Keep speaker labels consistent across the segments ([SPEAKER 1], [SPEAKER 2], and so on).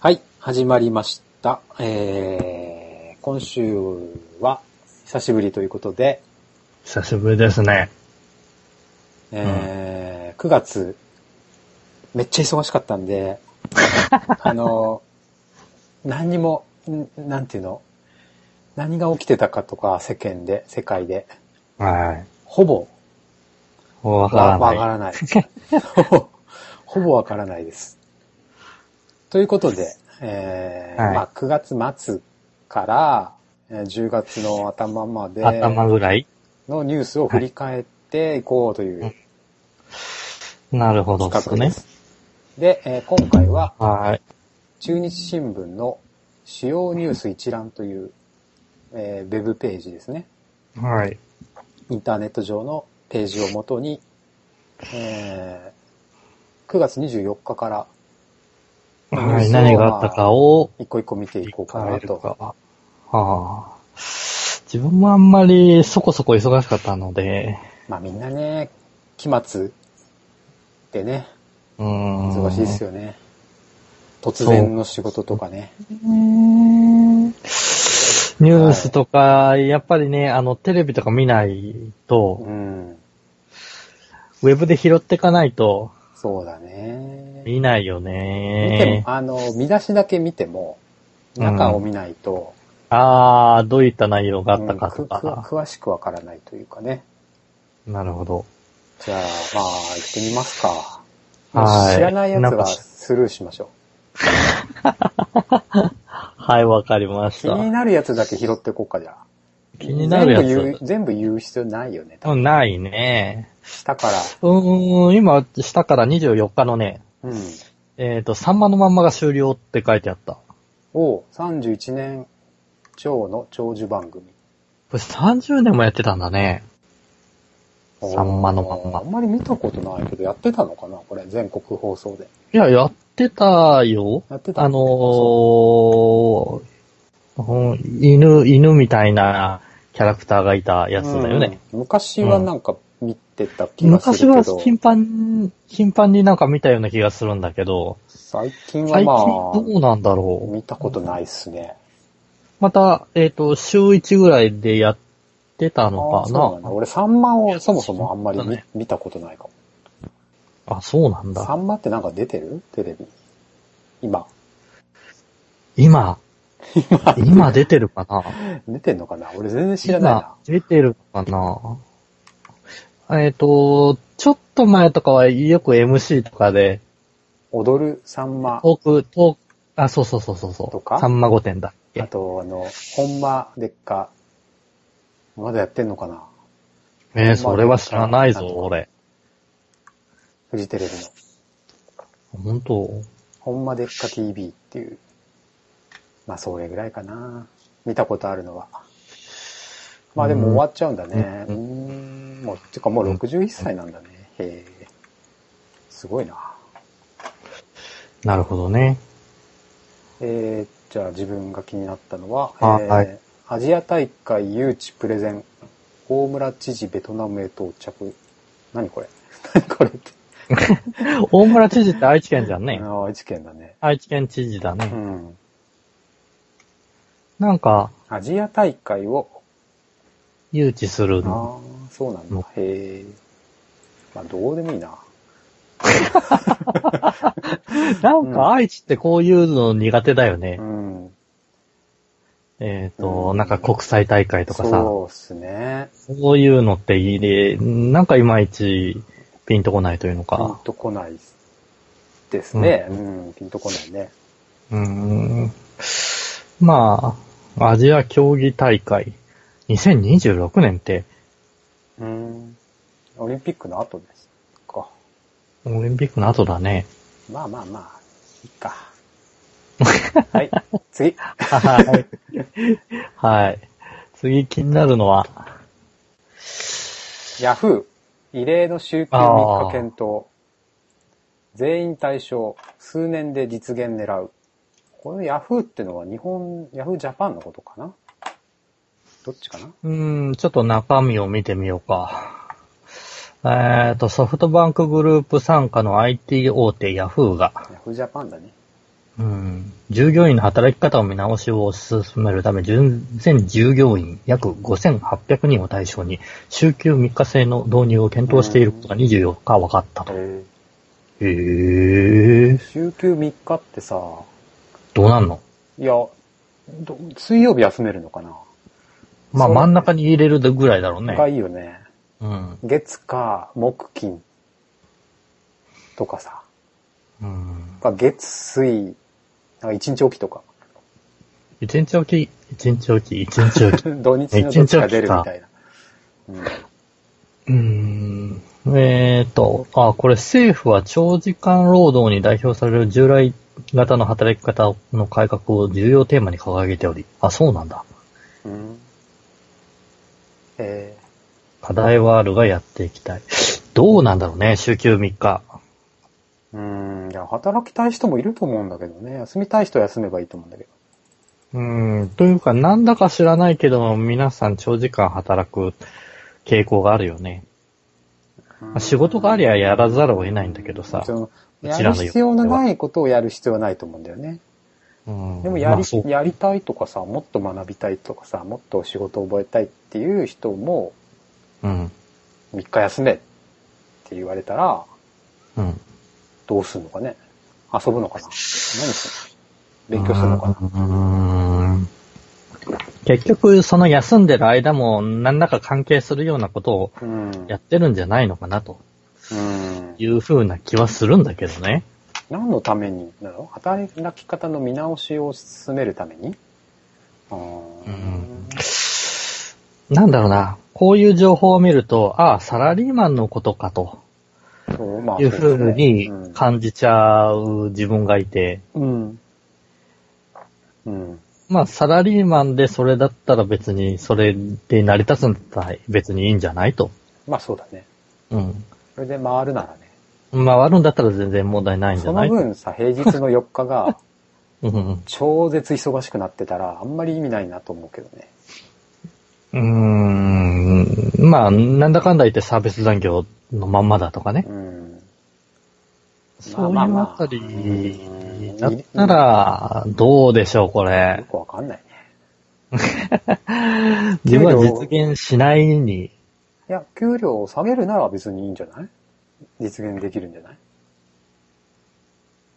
[SPEAKER 1] はい、始まりました。えー、今週は久しぶりということで、
[SPEAKER 2] 久しぶりですね。
[SPEAKER 1] えー9月、めっちゃ忙しかったんで、あの、何にも、んなんていうの、何が起きてたかとか、世間で、世界で、
[SPEAKER 2] はい。
[SPEAKER 1] ほぼ
[SPEAKER 2] わ
[SPEAKER 1] わわか
[SPEAKER 2] い。
[SPEAKER 1] ら ない。ほぼわからないです。ということで、えー
[SPEAKER 2] はい
[SPEAKER 1] まあ、9月末からえー10月の頭まで
[SPEAKER 2] 頭ぐらい
[SPEAKER 1] のニュースを振り返っていこうという
[SPEAKER 2] なるほどです
[SPEAKER 1] 企画
[SPEAKER 2] ね
[SPEAKER 1] で。す。で、えー今回は
[SPEAKER 2] はい。
[SPEAKER 1] 中日新聞の主要ニュース一覧という、えーウェブページですね。
[SPEAKER 2] はい。
[SPEAKER 1] インターネット上のページをもとに、えー9月24日から
[SPEAKER 2] はい。何があったかを、
[SPEAKER 1] 一個一個見ていこうかなと。
[SPEAKER 2] はあ。自分もあんまりそこそこ忙しかったので、
[SPEAKER 1] まあみんなね、期末でね、
[SPEAKER 2] うーん。
[SPEAKER 1] 忙しいです
[SPEAKER 2] よ。
[SPEAKER 1] よね。突然の仕事とかね。
[SPEAKER 2] ニュースとか、やっぱりね、あの、テレビとか見ないと、
[SPEAKER 1] うん。
[SPEAKER 2] ウェブで拾ってかないと、
[SPEAKER 1] そうだね。
[SPEAKER 2] 見ないよ
[SPEAKER 1] 見て
[SPEAKER 2] ね
[SPEAKER 1] も、。あの、見出しだけ見ても、中を見ないと、
[SPEAKER 2] あー、どういった内容があったか
[SPEAKER 1] う
[SPEAKER 2] と
[SPEAKER 1] んくく
[SPEAKER 2] か。
[SPEAKER 1] 詳しくわからないというかね。
[SPEAKER 2] なるほど。
[SPEAKER 1] じゃあ、まあ、行ってみますか。
[SPEAKER 2] はい
[SPEAKER 1] 知らないやつ
[SPEAKER 2] なん
[SPEAKER 1] は
[SPEAKER 2] か
[SPEAKER 1] スルーしましょう。
[SPEAKER 2] はい、わかりまし
[SPEAKER 1] 気に
[SPEAKER 2] た。
[SPEAKER 1] なるやつだけ拾っていこうか、じゃあ。
[SPEAKER 2] 気になるや
[SPEAKER 1] 全部言う
[SPEAKER 2] つ。
[SPEAKER 1] 全部言う必要ないよね。多分
[SPEAKER 2] うんないね。
[SPEAKER 1] 下から。
[SPEAKER 2] うーん、今、下から24日のね、
[SPEAKER 1] うん。
[SPEAKER 2] えっ、と、サンマのまんまが終了って書いてあった。
[SPEAKER 1] を31年超の長寿番組。
[SPEAKER 2] これ30年もやってたんだね。サンマのまんま
[SPEAKER 1] あんまり見たことないけど、やってたのかなこれ、全国放送で。
[SPEAKER 2] いや、やってたよ。
[SPEAKER 1] やってた
[SPEAKER 2] あのー、うん犬、犬みたいなキャラクターがいたやつだよね。
[SPEAKER 1] うん昔はなんか見てた気がするけ
[SPEAKER 2] 昔
[SPEAKER 1] ど、
[SPEAKER 2] は頻繁、頻繁になんか見たような気がするんだけど、
[SPEAKER 1] 最近は
[SPEAKER 2] 最近
[SPEAKER 1] ま
[SPEAKER 2] どうなんだろ
[SPEAKER 1] あ、
[SPEAKER 2] う。
[SPEAKER 1] 見たことないっすね。
[SPEAKER 2] また、えっ、と、週1ぐらいでやってた
[SPEAKER 1] あ
[SPEAKER 2] の
[SPEAKER 1] ー
[SPEAKER 2] か
[SPEAKER 1] そうなんだ。
[SPEAKER 2] な
[SPEAKER 1] 俺、サンマをそもそもあんまり
[SPEAKER 2] そうだ
[SPEAKER 1] 見
[SPEAKER 2] ね
[SPEAKER 1] 見たことないかも。
[SPEAKER 2] あそうなん
[SPEAKER 1] サ
[SPEAKER 2] だ。
[SPEAKER 1] ンマってなんか出てるテレビ。今。
[SPEAKER 2] 今、今出てるかな
[SPEAKER 1] 出てんのかな俺全然知らないな。
[SPEAKER 2] 今出てるかなえっ、と、ちょっと前とかはよく MC とかで、
[SPEAKER 1] 踊るサンマ。
[SPEAKER 2] トーク、トーク、あ、そうそうそうそうそう。
[SPEAKER 1] とか
[SPEAKER 2] さんま御殿だっけ
[SPEAKER 1] あと、あの、ほんまでっか。まだやってんのかな
[SPEAKER 2] えー、それは知らない
[SPEAKER 1] なん
[SPEAKER 2] ぞ、
[SPEAKER 1] とか
[SPEAKER 2] 俺。
[SPEAKER 1] フジテレビの。
[SPEAKER 2] 本当
[SPEAKER 1] ほんまでっか TV っていう。まあ、それぐらいかな。見たことあるのは。まあ、でも終わっちゃうんだね。うー。
[SPEAKER 2] うん
[SPEAKER 1] もう、てかもう61歳なんだね。へえ。すごいな。
[SPEAKER 2] なるほどね。
[SPEAKER 1] えー、じゃあ自分が気になったのは、え
[SPEAKER 2] あ
[SPEAKER 1] ー
[SPEAKER 2] はい
[SPEAKER 1] アジア大会誘致プレゼン、大村知事ベトナムへ到着。何これ 何これって。
[SPEAKER 2] 大村知事って愛知県じゃんね。
[SPEAKER 1] ああ、愛知県だね。
[SPEAKER 2] 愛知県知事だ
[SPEAKER 1] う
[SPEAKER 2] ね。
[SPEAKER 1] ん。
[SPEAKER 2] なんか、
[SPEAKER 1] アジア大会を、
[SPEAKER 2] 誘致するの。
[SPEAKER 1] ああ、そうなんだ
[SPEAKER 2] うん。
[SPEAKER 1] へえ。まあ、どうでもいいな。
[SPEAKER 2] なんか愛知ってこういうの苦手だよね
[SPEAKER 1] う。ん。
[SPEAKER 2] えっ、
[SPEAKER 1] う
[SPEAKER 2] と、
[SPEAKER 1] ん
[SPEAKER 2] なんか国際大会とかさ、そ
[SPEAKER 1] そうっすね。
[SPEAKER 2] ういうのっていいね。なんかいまいちピンとこないというの
[SPEAKER 1] ピン
[SPEAKER 2] か。
[SPEAKER 1] とこないですね。う、
[SPEAKER 2] うん
[SPEAKER 1] ピンとこないね。
[SPEAKER 2] うーん。まあ、アジア競技大会。2026年って、
[SPEAKER 1] うん。オリンピックの後です。か。
[SPEAKER 2] オリンピックの後だ ね。
[SPEAKER 1] まあまあまあ、いい か。はい、次。
[SPEAKER 2] はい。はい。次気になるのは、
[SPEAKER 1] ヤフー、異例の週休3日検討。全員対象、数年で実現狙う。このヤフーってのは日本、ヤフージャパンのことかなどっちかな
[SPEAKER 2] うーん、ちょっと中身を見てみようか。えっ、と、ソフトバンクグループ傘下の IT 大手ヤフーが、
[SPEAKER 1] ヤフージャパンだね。
[SPEAKER 2] うん。従業員の働き方を見直しを進めるため、全全従業員約5800人を対象に、週休3日制の導入を検討していることが24日分かったと。へ
[SPEAKER 1] え
[SPEAKER 2] え。
[SPEAKER 1] 週休3日ってさ、
[SPEAKER 2] どうなんの
[SPEAKER 1] いや、ど水曜日休めるのかな
[SPEAKER 2] まあ
[SPEAKER 1] そう
[SPEAKER 2] 真ん中に入れるぐらいだろうね。
[SPEAKER 1] がいいよね。
[SPEAKER 2] うん。
[SPEAKER 1] 月か木金とかさ。
[SPEAKER 2] うん。
[SPEAKER 1] か月水、なんか一日おきとか。
[SPEAKER 2] 一日おき、一日おき、一日おき。
[SPEAKER 1] 土日のどっちか出るみたいな。うん
[SPEAKER 2] うーんえーと、あ、これ政府は長時間労働に代表される従来型の働き方の改革を重要テーマに掲げており、あ、そうなんだ。
[SPEAKER 1] うん。え
[SPEAKER 2] 課題はあるがやっていきたい。どうなんだろうね、週休3日。
[SPEAKER 1] ー、うん、いや、働きたい人もいると思うんだけどね。休みたい人は休めばいいと思うんだけど。
[SPEAKER 2] うーん、というか、なんだか知らないけど、皆さん長時間働く傾向があるよね。まあ仕事がありゃやらざるを得ないんだけどさ
[SPEAKER 1] そ。の
[SPEAKER 2] う
[SPEAKER 1] や
[SPEAKER 2] ちらの
[SPEAKER 1] る必要のないことをやる必要はないと思うんだよね。
[SPEAKER 2] うん、
[SPEAKER 1] でもや
[SPEAKER 2] ま
[SPEAKER 1] り
[SPEAKER 2] あ、そう
[SPEAKER 1] やりたいとかさ、もっと学びたいとかさ、もっと仕事を覚えたいっていう人も、
[SPEAKER 2] うん。
[SPEAKER 1] 3日休めって言われたら、
[SPEAKER 2] うん。
[SPEAKER 1] どうするのかね。遊ぶのかな。何するの勉強するのかな。
[SPEAKER 2] うーん結局、その休んでる間も何らか関係するようなことを
[SPEAKER 1] うん。
[SPEAKER 2] やってるんじゃないのかなと
[SPEAKER 1] うん。
[SPEAKER 2] いうふうな気はするんだけどね。
[SPEAKER 1] 何のためになの働き方の見直しを進めるためにうーん。
[SPEAKER 2] なんだろうな。こういう情報を見ると、ああ、サラリーマンのことかと
[SPEAKER 1] そう、まあ。
[SPEAKER 2] いうふうに
[SPEAKER 1] そうですね
[SPEAKER 2] 感じちゃう自分がいて、
[SPEAKER 1] うん。うん。
[SPEAKER 2] まあ、サラリーマンでそれだったら別に、それで成り立つんだったら別にいいんじゃないと。
[SPEAKER 1] まあそうだね。
[SPEAKER 2] うん。
[SPEAKER 1] それで回るならね。
[SPEAKER 2] 回るんだったら全然問題ないんじ
[SPEAKER 1] そ
[SPEAKER 2] ゃな
[SPEAKER 1] の
[SPEAKER 2] い
[SPEAKER 1] 分さ、平日の4日が
[SPEAKER 2] うん。
[SPEAKER 1] 超絶忙しくなってたら、あんまり意味ないなと思うけどね。
[SPEAKER 2] うーんまあ、なんだかんだ言ってサービス残業のまんまだとかね
[SPEAKER 1] う。ん。
[SPEAKER 2] そういうあたり
[SPEAKER 1] うん
[SPEAKER 2] だったら、どうでしょう、こ
[SPEAKER 1] よ
[SPEAKER 2] れ。
[SPEAKER 1] くわかんないね。
[SPEAKER 2] 自分は実現しないに。
[SPEAKER 1] いや、給料を下げるなら別にいいんじゃない実現できるんじゃない、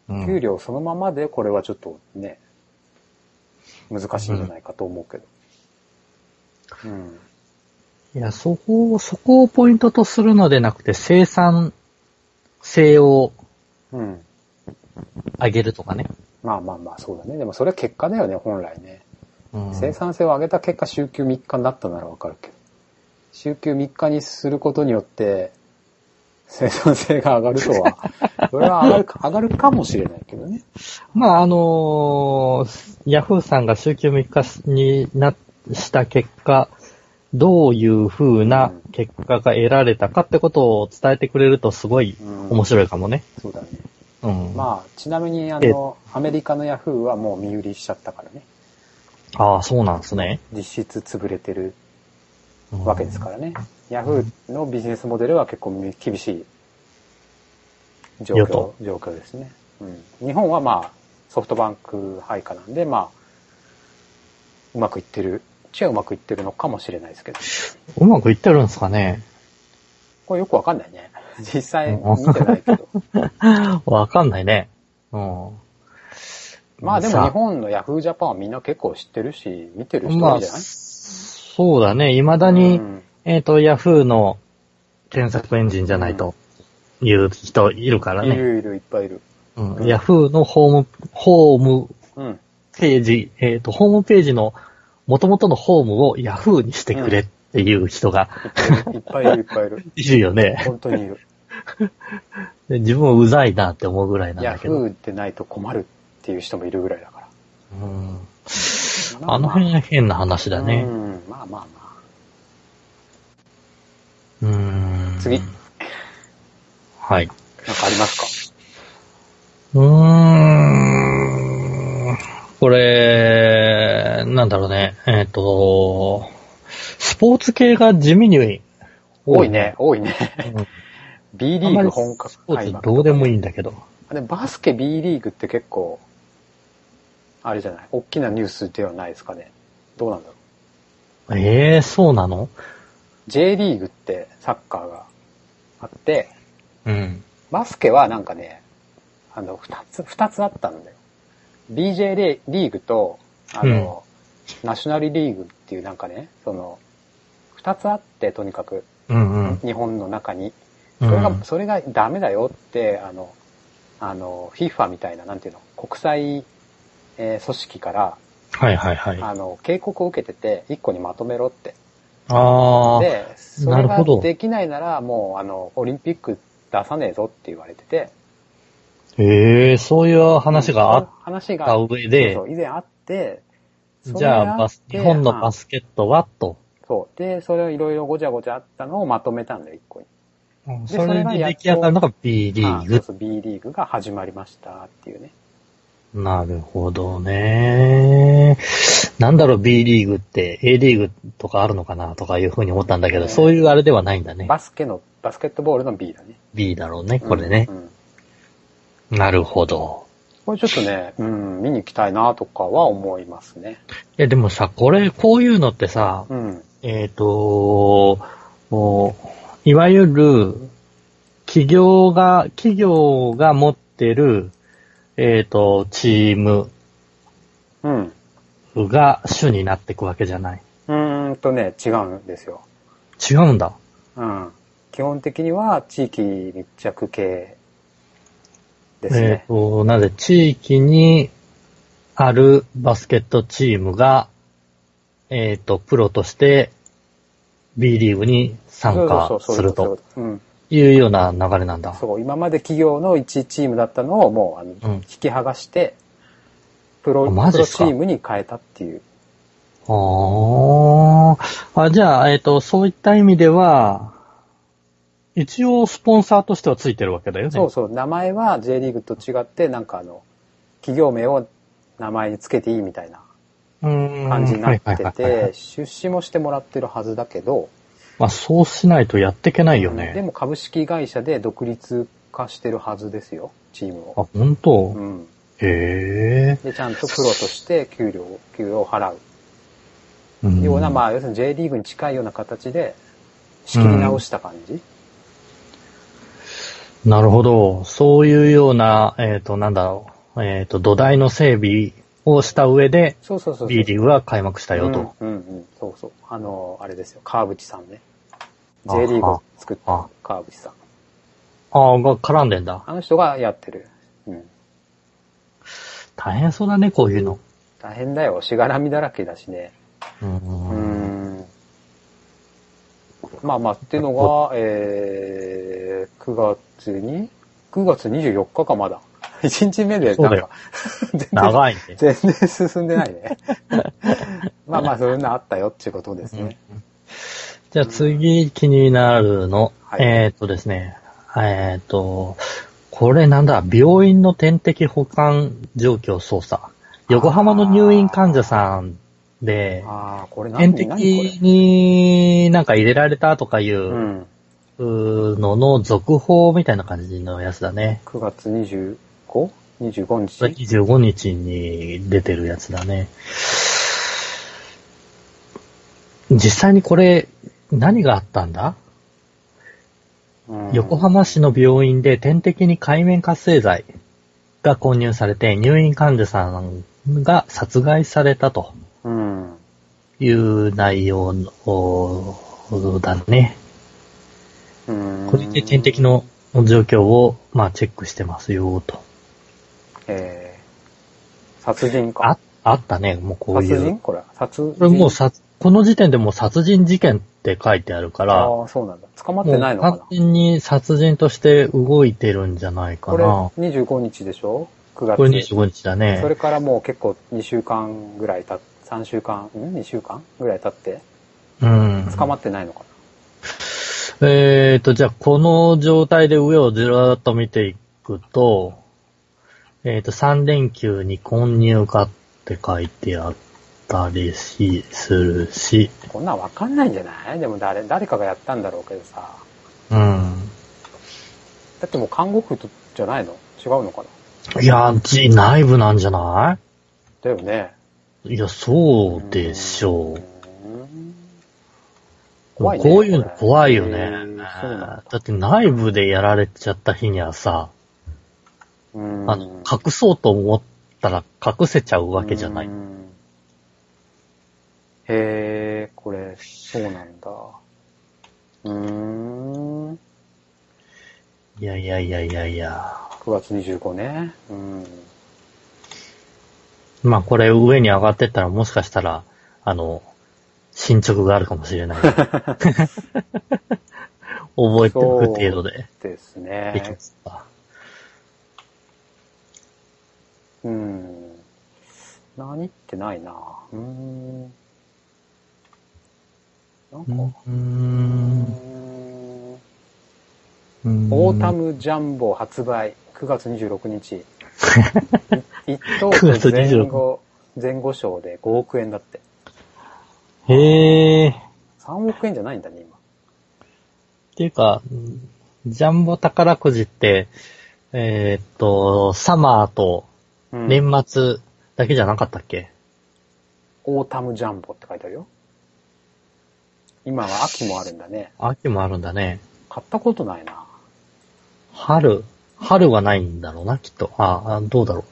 [SPEAKER 2] うん
[SPEAKER 1] 給料そのままでこれはちょっとね、難しいんじゃないかと思うけど。うん。
[SPEAKER 2] いや、そこを、そこをポイントとするのでなくて、生産性を
[SPEAKER 1] うん。
[SPEAKER 2] 上げるとかね。
[SPEAKER 1] まあまあまあ、そうだね。でもそれは結果だよね、本来ね。
[SPEAKER 2] うん
[SPEAKER 1] 生産性を上げた結果、週休3日になったならわかるけど。週休3日にすることによって、生産性が上がると は、それは上がるか、上がるかもしれないけどね。
[SPEAKER 2] まあ、あのーヤフーさんが週休3日になした結果、どういう風な結果が得られたかってことを伝えてくれるとすごい
[SPEAKER 1] うん
[SPEAKER 2] 面白いかもね。
[SPEAKER 1] そうだね。
[SPEAKER 2] うん。
[SPEAKER 1] まあ、ちなみに、あの、アメリカのヤフーはもう見売りしちゃったからね。
[SPEAKER 2] あ、あそうなんですね。
[SPEAKER 1] 実質潰れてる
[SPEAKER 2] うん
[SPEAKER 1] わけですからね。ヤフーのビジネスモデルは結構み厳しい状
[SPEAKER 2] よ
[SPEAKER 1] 況
[SPEAKER 2] と、
[SPEAKER 1] 状況ですね。うん。日本はまあ、ソフトバンク配下なんで、まあ、うまくいってる。ちはうまくいってるのかもしれないですけど。
[SPEAKER 2] うまくいってるんですかね。
[SPEAKER 1] これよくわかんないね。 実際見てないけ ど。
[SPEAKER 2] わかんないね。うん。
[SPEAKER 1] まあで
[SPEAKER 2] さ
[SPEAKER 1] も日本のヤフージャパンはみんな結構知ってるし、見てる人
[SPEAKER 2] ま
[SPEAKER 1] 多いん
[SPEAKER 2] あ、
[SPEAKER 1] じゃない、
[SPEAKER 2] そうだね。未だに、
[SPEAKER 1] うん
[SPEAKER 2] えっ、と、ヤフーの検索エンジンじゃないという人いるから
[SPEAKER 1] い
[SPEAKER 2] ね。
[SPEAKER 1] るいるいっぱいいる。
[SPEAKER 2] うん、ヤフーのホーム、ホーム
[SPEAKER 1] うん。
[SPEAKER 2] ページ、えっ、と、ホームページの元々のホームを Yahoo にしてくれっていう人が
[SPEAKER 1] いっぱいいるいっぱいいる。
[SPEAKER 2] いるよね。
[SPEAKER 1] 本当にいる。
[SPEAKER 2] で自分はうざいなって思うぐらいなん
[SPEAKER 1] ヤ
[SPEAKER 2] だけ
[SPEAKER 1] フ
[SPEAKER 2] ど。
[SPEAKER 1] ーでないと困るっていう人もいるぐらいだから。
[SPEAKER 2] うん
[SPEAKER 1] ま
[SPEAKER 2] あの辺が変な話だね
[SPEAKER 1] う。ん、まあまあま
[SPEAKER 2] うん
[SPEAKER 1] あ。次、
[SPEAKER 2] う
[SPEAKER 1] なんんか
[SPEAKER 2] はい。
[SPEAKER 1] あります
[SPEAKER 2] うーん。これ、なんだろうね。えっ、と、スポーツ系が地味に
[SPEAKER 1] か多いね、。多いね。
[SPEAKER 2] うん、
[SPEAKER 1] B リ
[SPEAKER 2] あんま
[SPEAKER 1] ー
[SPEAKER 2] り
[SPEAKER 1] グ
[SPEAKER 2] ス
[SPEAKER 1] 本格
[SPEAKER 2] ポ
[SPEAKER 1] 開
[SPEAKER 2] ーツ
[SPEAKER 1] 幕
[SPEAKER 2] どうでもいいんだけど。
[SPEAKER 1] でバスケ B リーグって結構あれじゃない、大きなニュースではないですかね。どうなんだろう。
[SPEAKER 2] ええそうなの
[SPEAKER 1] J リーグってサッカーがあって、
[SPEAKER 2] うん。
[SPEAKER 1] バスケはなんかね、あの、二つ、二つあったんだよ。BJ リーグと、あの、ナショナルリーグっていうなんかね、その、二つあって、とにかく、
[SPEAKER 2] うんうん。
[SPEAKER 1] 日本の中に。
[SPEAKER 2] う
[SPEAKER 1] それが、
[SPEAKER 2] ん、
[SPEAKER 1] それがダメだよって、あの、あの、FIFA みたいな、なんていうの、国際、えー組織から、
[SPEAKER 2] はいはいはい。あ
[SPEAKER 1] あの、警告を受けてて、一個にまとめろって。
[SPEAKER 2] あー。
[SPEAKER 1] で、それ
[SPEAKER 2] なる
[SPEAKER 1] が
[SPEAKER 2] ほど
[SPEAKER 1] できないなら、もう、あの、オリンピック出さねえぞって言われてて。
[SPEAKER 2] ええそういう話があっ
[SPEAKER 1] 話が
[SPEAKER 2] た上で、
[SPEAKER 1] そうそう以前あって、
[SPEAKER 2] じゃあバス、日本のバ
[SPEAKER 1] ス。
[SPEAKER 2] スケットはと。
[SPEAKER 1] そう。で、それをいろいろごちゃごちゃあったのをまとめたんだよ、一個に。
[SPEAKER 2] うん
[SPEAKER 1] で
[SPEAKER 2] そ
[SPEAKER 1] そ
[SPEAKER 2] れ
[SPEAKER 1] れが
[SPEAKER 2] で
[SPEAKER 1] やっ
[SPEAKER 2] 出
[SPEAKER 1] と
[SPEAKER 2] 来上がるのが B リ
[SPEAKER 1] あ
[SPEAKER 2] ー
[SPEAKER 1] そう
[SPEAKER 2] グ。
[SPEAKER 1] そう、B リーグが始まりましたっていうね。
[SPEAKER 2] なるほどね。なんだろう、B リーグって、A リーグとかあるのかなとかいうふうに思ったんだけど、
[SPEAKER 1] ね
[SPEAKER 2] そういうあれではないんだね。
[SPEAKER 1] バスケの、バスケットボールの B だね。
[SPEAKER 2] B だろうね、これね
[SPEAKER 1] う。んうん
[SPEAKER 2] なるほど。
[SPEAKER 1] これちょっとね、うん、見に行きたいなとかは思いますね。
[SPEAKER 2] いや、でもさ、これ、こういうのってさ、
[SPEAKER 1] うん。
[SPEAKER 2] えっ、と、もう、いわゆる、企業が、企業が持ってる、えっ、と、チーム
[SPEAKER 1] うん。
[SPEAKER 2] が主になってくわけじゃない。
[SPEAKER 1] うーんとね、違うんですよ。
[SPEAKER 2] 違うんだ。
[SPEAKER 1] うん。基本的には地域密着系です
[SPEAKER 2] え
[SPEAKER 1] ね
[SPEAKER 2] っ、。と、なぜ、地域にあるバスケットチームが、えっ、と、プロとして B リーグに参加すると。
[SPEAKER 1] うん。
[SPEAKER 2] いうような流れなんだ。
[SPEAKER 1] そう、今まで企業の1チームだったのをもうあの、
[SPEAKER 2] うん
[SPEAKER 1] 引き剥がして、プロ、
[SPEAKER 2] あ
[SPEAKER 1] プロ
[SPEAKER 2] マジ
[SPEAKER 1] チ
[SPEAKER 2] っすか
[SPEAKER 1] ームに変えたっていう。
[SPEAKER 2] あーあ、じゃあ、えっ、と、そういった意味では、一応スポンサーとしてはついてるわけだよね。
[SPEAKER 1] そうそう、名前は J リーグと違って、なんかあの、企業名を名前につけていいみたいな
[SPEAKER 2] うーん。
[SPEAKER 1] 感じになって
[SPEAKER 2] はいはいはいは
[SPEAKER 1] て
[SPEAKER 2] い、
[SPEAKER 1] 出資もしてもらってるはずだけど、
[SPEAKER 2] まあ、そうしないとやってけないよ
[SPEAKER 1] で
[SPEAKER 2] ね。
[SPEAKER 1] も株式会社で独立化してるはずですよ、チームを。
[SPEAKER 2] あ、本当、
[SPEAKER 1] うん。
[SPEAKER 2] へえ。
[SPEAKER 1] で、ちゃんとプロとして給料を、給料を払う。
[SPEAKER 2] うん
[SPEAKER 1] ような、まあ、要するに J リーグに近いような形で、仕切り直した感じ。
[SPEAKER 2] なるほど。そういうような、えっ、と、なんだろう。えっ、と、土台の整備をした上で、
[SPEAKER 1] そうそうそうそう。
[SPEAKER 2] B リーグは開幕したよと。
[SPEAKER 1] うん、うんうんそうそう。あの、あれですよ、川淵さんね。
[SPEAKER 2] あ
[SPEAKER 1] J リーグを作っ
[SPEAKER 2] あ
[SPEAKER 1] た川淵さん。
[SPEAKER 2] ああ、が絡んでんだ。
[SPEAKER 1] あの人がやってる。うん。
[SPEAKER 2] 大変そうだね、こういうの。
[SPEAKER 1] 大変だよ、しがらみだらけだしね。うー
[SPEAKER 2] うん。
[SPEAKER 1] ん。まあまあ、っていうのが、えー、9月に ?9 月24日かまだ。1日目で、
[SPEAKER 2] そう
[SPEAKER 1] な
[SPEAKER 2] だ
[SPEAKER 1] ん
[SPEAKER 2] よ
[SPEAKER 1] か、全然
[SPEAKER 2] 長いね。
[SPEAKER 1] 全然進んでないね。 まあまあ、そういうのあったよっていうことですね。
[SPEAKER 2] じゃあ次気になるの。
[SPEAKER 1] はい
[SPEAKER 2] えーっとですね。えーっと、これなんだ、病院の点滴保管状況操作。横浜の入院患者さんで、
[SPEAKER 1] ああ、これ何
[SPEAKER 2] 点
[SPEAKER 1] 何これ。
[SPEAKER 2] 滴になんか入れられたとかいううんのの続報みたいな感じのやつだね。
[SPEAKER 1] 9月 25?25 日
[SPEAKER 2] 25日に出てるやつだね。実際にこれ、何があったんだ
[SPEAKER 1] うん
[SPEAKER 2] 横浜市の病院で点滴に海面活性剤が混入されて入院患者さんが殺害されたと
[SPEAKER 1] うん。
[SPEAKER 2] いう内容のだね。
[SPEAKER 1] うん。
[SPEAKER 2] これで点滴。の状況を、まあ、チェックしてますよと。
[SPEAKER 1] えー、殺人か。
[SPEAKER 2] あ、あったね、もうこうい
[SPEAKER 1] 殺
[SPEAKER 2] う
[SPEAKER 1] 人。これ。殺人。
[SPEAKER 2] これもうさ、この時点でもう殺人事件って書いてあるから、
[SPEAKER 1] ああ、そうなんだ。捕まっ
[SPEAKER 2] も
[SPEAKER 1] て
[SPEAKER 2] う
[SPEAKER 1] ないのか
[SPEAKER 2] 完
[SPEAKER 1] な
[SPEAKER 2] 全に殺人として動いてるんじゃないか
[SPEAKER 1] これ
[SPEAKER 2] な。
[SPEAKER 1] 25日でしょ ?9 月。
[SPEAKER 2] これ25日だね。
[SPEAKER 1] それからもう結構2週間ぐらい経っ、3週間、ん ?2 週間ぐらい経って、
[SPEAKER 2] うん。
[SPEAKER 1] 捕まってないのかな、
[SPEAKER 2] えーと、じゃあ、この状態で上をずらっと見ていくと、えーと、3連休に混入かって書いてあったりし、するし、
[SPEAKER 1] こんなんわかんないんじゃないでも誰、誰かがやったんだろうけどさ。
[SPEAKER 2] うん。
[SPEAKER 1] だってもう看護婦とじゃないの違うのかな
[SPEAKER 2] いや、じ内部なんじゃない
[SPEAKER 1] だよね。
[SPEAKER 2] いや、そうでしょう。
[SPEAKER 1] うん
[SPEAKER 2] こういうの怖いよ
[SPEAKER 1] へ
[SPEAKER 2] ね
[SPEAKER 1] ー。そうなんだ
[SPEAKER 2] だって内部でやられちゃった日にはさ、
[SPEAKER 1] うん
[SPEAKER 2] あの、隠そうと思ったら隠せちゃうわけじゃな
[SPEAKER 1] う
[SPEAKER 2] い。
[SPEAKER 1] んへえ、これ、そうなんだ。うーん。9
[SPEAKER 2] いやいやいやいやいや。
[SPEAKER 1] 月25ね。うん。
[SPEAKER 2] まあこれ上に上がってったらもしかしたら、あの、進捗があるかもし れない。覚えておく程度で
[SPEAKER 1] です
[SPEAKER 2] でき
[SPEAKER 1] ね
[SPEAKER 2] ま。した。
[SPEAKER 1] うん。何ってないな。うーん。なん
[SPEAKER 2] う
[SPEAKER 1] か、
[SPEAKER 2] ー。
[SPEAKER 1] うんーん
[SPEAKER 2] うーん
[SPEAKER 1] オータ。ムジャンボ発売、9月26日。 一等
[SPEAKER 2] 9月
[SPEAKER 1] 前
[SPEAKER 2] 26
[SPEAKER 1] 後、前後賞で5億円だって。
[SPEAKER 2] へえ。っ
[SPEAKER 1] 3億円じゃないんだね、今。
[SPEAKER 2] ていうか、ジャンボ宝くじって、えーっと、サマーと
[SPEAKER 1] うん
[SPEAKER 2] 年末だけじゃなかったっけ、
[SPEAKER 1] オータムジャンボって書いてあるよ。今は秋もあるんだね。
[SPEAKER 2] 秋もあるんだね。
[SPEAKER 1] 買ったことないな。
[SPEAKER 2] 春。春はないんだろうな、きっと。ああ、どうだろ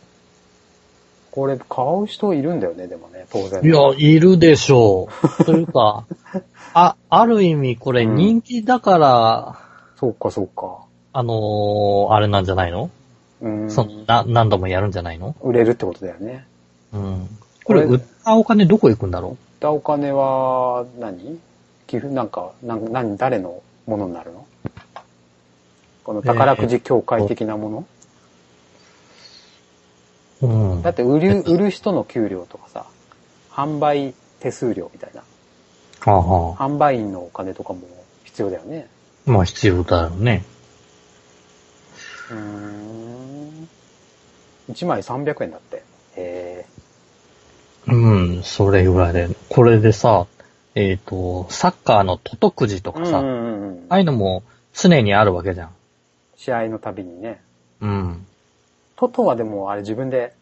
[SPEAKER 1] これ買う人いるんだよね、でもね、当然。
[SPEAKER 2] う。いや、いるでしょ う。というか、あ、ある意味これ
[SPEAKER 1] うん
[SPEAKER 2] 人気だから、
[SPEAKER 1] そうか、そうか。
[SPEAKER 2] あのーあれなんじゃないの、
[SPEAKER 1] うーん。
[SPEAKER 2] そんな、何度もやるんじゃないの
[SPEAKER 1] 売れるってことだよね。
[SPEAKER 2] うん。
[SPEAKER 1] こ
[SPEAKER 2] こ
[SPEAKER 1] れ
[SPEAKER 2] れ、売ったお金どこ行くんだろ
[SPEAKER 1] 売ったお金は何、寄付なんか、なん何、誰のものになるのこの宝くじ協会的なもの、
[SPEAKER 2] ううん
[SPEAKER 1] だっ。て売る、売る人の給料とかさ、販売手数料みたいな。
[SPEAKER 2] はあは
[SPEAKER 1] 販売員のお金とかも必要だよね。
[SPEAKER 2] あ、まあ必要だよね。
[SPEAKER 1] うーん。1枚300円だって。へ
[SPEAKER 2] うん、それぐらいで。これでさ、えっ、と、サッカーのトトくじと
[SPEAKER 1] ー
[SPEAKER 2] かさ、
[SPEAKER 1] うんう
[SPEAKER 2] あ
[SPEAKER 1] んうんう
[SPEAKER 2] あ
[SPEAKER 1] ん。
[SPEAKER 2] いうのも常にあるわけじゃん。
[SPEAKER 1] 試合のたびにね。
[SPEAKER 2] うん。
[SPEAKER 1] トトはでもあれ自分で、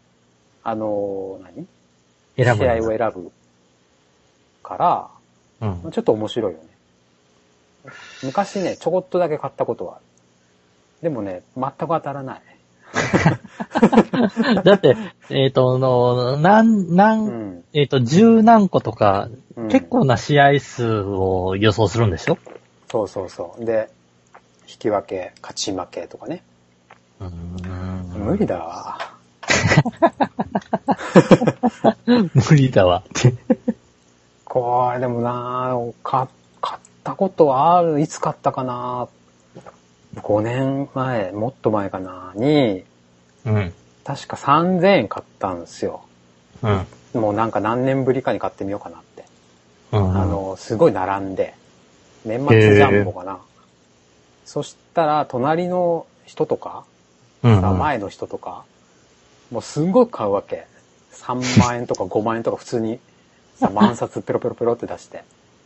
[SPEAKER 1] あのー何
[SPEAKER 2] 選ぶ
[SPEAKER 1] 試合
[SPEAKER 2] ん
[SPEAKER 1] を
[SPEAKER 2] だ。
[SPEAKER 1] 選ぶから、
[SPEAKER 2] うん。
[SPEAKER 1] ちょっと面白いよね。昔ね、ちょこっとだけ買ったことはある。でもね、全く当たらない。
[SPEAKER 2] だって、えっ、と、の、なん、な、
[SPEAKER 1] うんん。
[SPEAKER 2] えっ、と、十何個とか、
[SPEAKER 1] うん
[SPEAKER 2] 結。構な試合数を予想するんでしょ
[SPEAKER 1] そうそうそう。で、引き分け、勝ち負けとかね。
[SPEAKER 2] うーん。
[SPEAKER 1] 無理だわ。
[SPEAKER 2] 無理だわって。
[SPEAKER 1] これでもなぁ、か買ったことはある、いつ買ったかな5年前、もっと前かなに、
[SPEAKER 2] うん。
[SPEAKER 1] 確か3000円買ったんですよ。
[SPEAKER 2] うん。
[SPEAKER 1] もうなんか何年ぶりかに買ってみようかなって。
[SPEAKER 2] うん。
[SPEAKER 1] あ、の、すごい並んで、年末ジャンボかな。そしたら、隣の人とか、
[SPEAKER 2] うん、
[SPEAKER 1] さ前の人とか、もうすんごく買うわけ。3万円とか5万円 とか普通に、さ、万冊ペロペロペロって出して。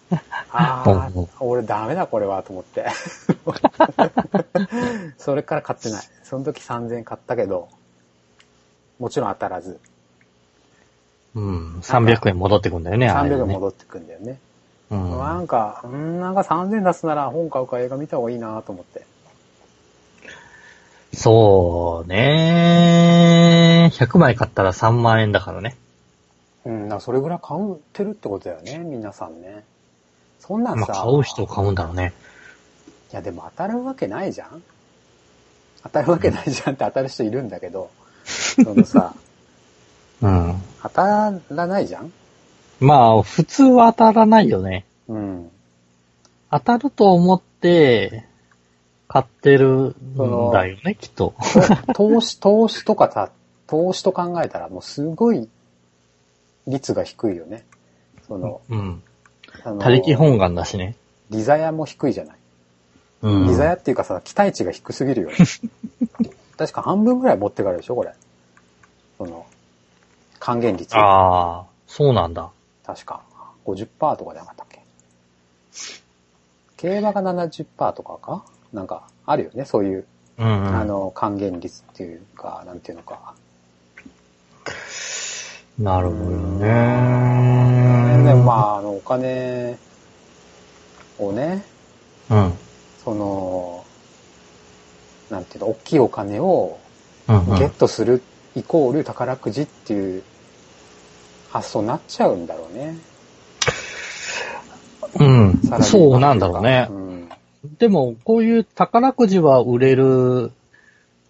[SPEAKER 1] ああ
[SPEAKER 2] うんうん、
[SPEAKER 1] 俺ダメだこれはと思 って。それから買ってない。その時3000円買ったけど、もちろん当たらず、
[SPEAKER 2] うん。300円戻ってくんだよね、あれ、ね。
[SPEAKER 1] 300円戻ってくんだよね。
[SPEAKER 2] うん。
[SPEAKER 1] なんか、うんなんか3000出すなら本買うか映画見た方がいいなと思って。
[SPEAKER 2] そうね100枚買ったら3万円だからね。
[SPEAKER 1] うん、なんかそれぐらい買ってるってことだよね、皆さんね。そんなん
[SPEAKER 2] ま
[SPEAKER 1] さ、
[SPEAKER 2] あ、買う人買うんだろうね。
[SPEAKER 1] いやでも当たるわけないじゃん当たるわけないじゃんって当たる人いるんだけど、その さ、
[SPEAKER 2] うん。
[SPEAKER 1] 当たらないじゃん
[SPEAKER 2] まあ、普通は当たらないよね。
[SPEAKER 1] うん。
[SPEAKER 2] 当たると思って、買ってるん
[SPEAKER 1] そ
[SPEAKER 2] だ
[SPEAKER 1] の
[SPEAKER 2] よね、きっと。
[SPEAKER 1] と投資、投資とかさ、投資と考えたらもうすごい率が低いよね。その、
[SPEAKER 2] うん。
[SPEAKER 1] あの
[SPEAKER 2] 他力本願だしね。
[SPEAKER 1] リザヤも低いじゃない
[SPEAKER 2] うん。
[SPEAKER 1] リザヤっていうかさ、期待値が低すぎるよね。 確か半分ぐらい持ってかれるでしょ、これ。その、還元率。
[SPEAKER 2] ああ、そうなんだ。
[SPEAKER 1] 確か。50%とかじゃなかったっけ。競馬が70%とかかなんか、あるよね、そういう、
[SPEAKER 2] うん、うん。
[SPEAKER 1] あの、還元率っていうか、なんていうのか。
[SPEAKER 2] なるほど
[SPEAKER 1] で
[SPEAKER 2] ね。
[SPEAKER 1] もまあ、あの、お金をね、
[SPEAKER 2] あ。
[SPEAKER 1] その、なんていうの、大きいお金を
[SPEAKER 2] うん。うん、う
[SPEAKER 1] ゲッ
[SPEAKER 2] ん。
[SPEAKER 1] トするイコール宝くじっていう発想になっちゃうんだろうね。
[SPEAKER 2] うん
[SPEAKER 1] サラリーマンといか
[SPEAKER 2] そうなんだろうね
[SPEAKER 1] う。ん。
[SPEAKER 2] でも、こういう宝くじは売れる、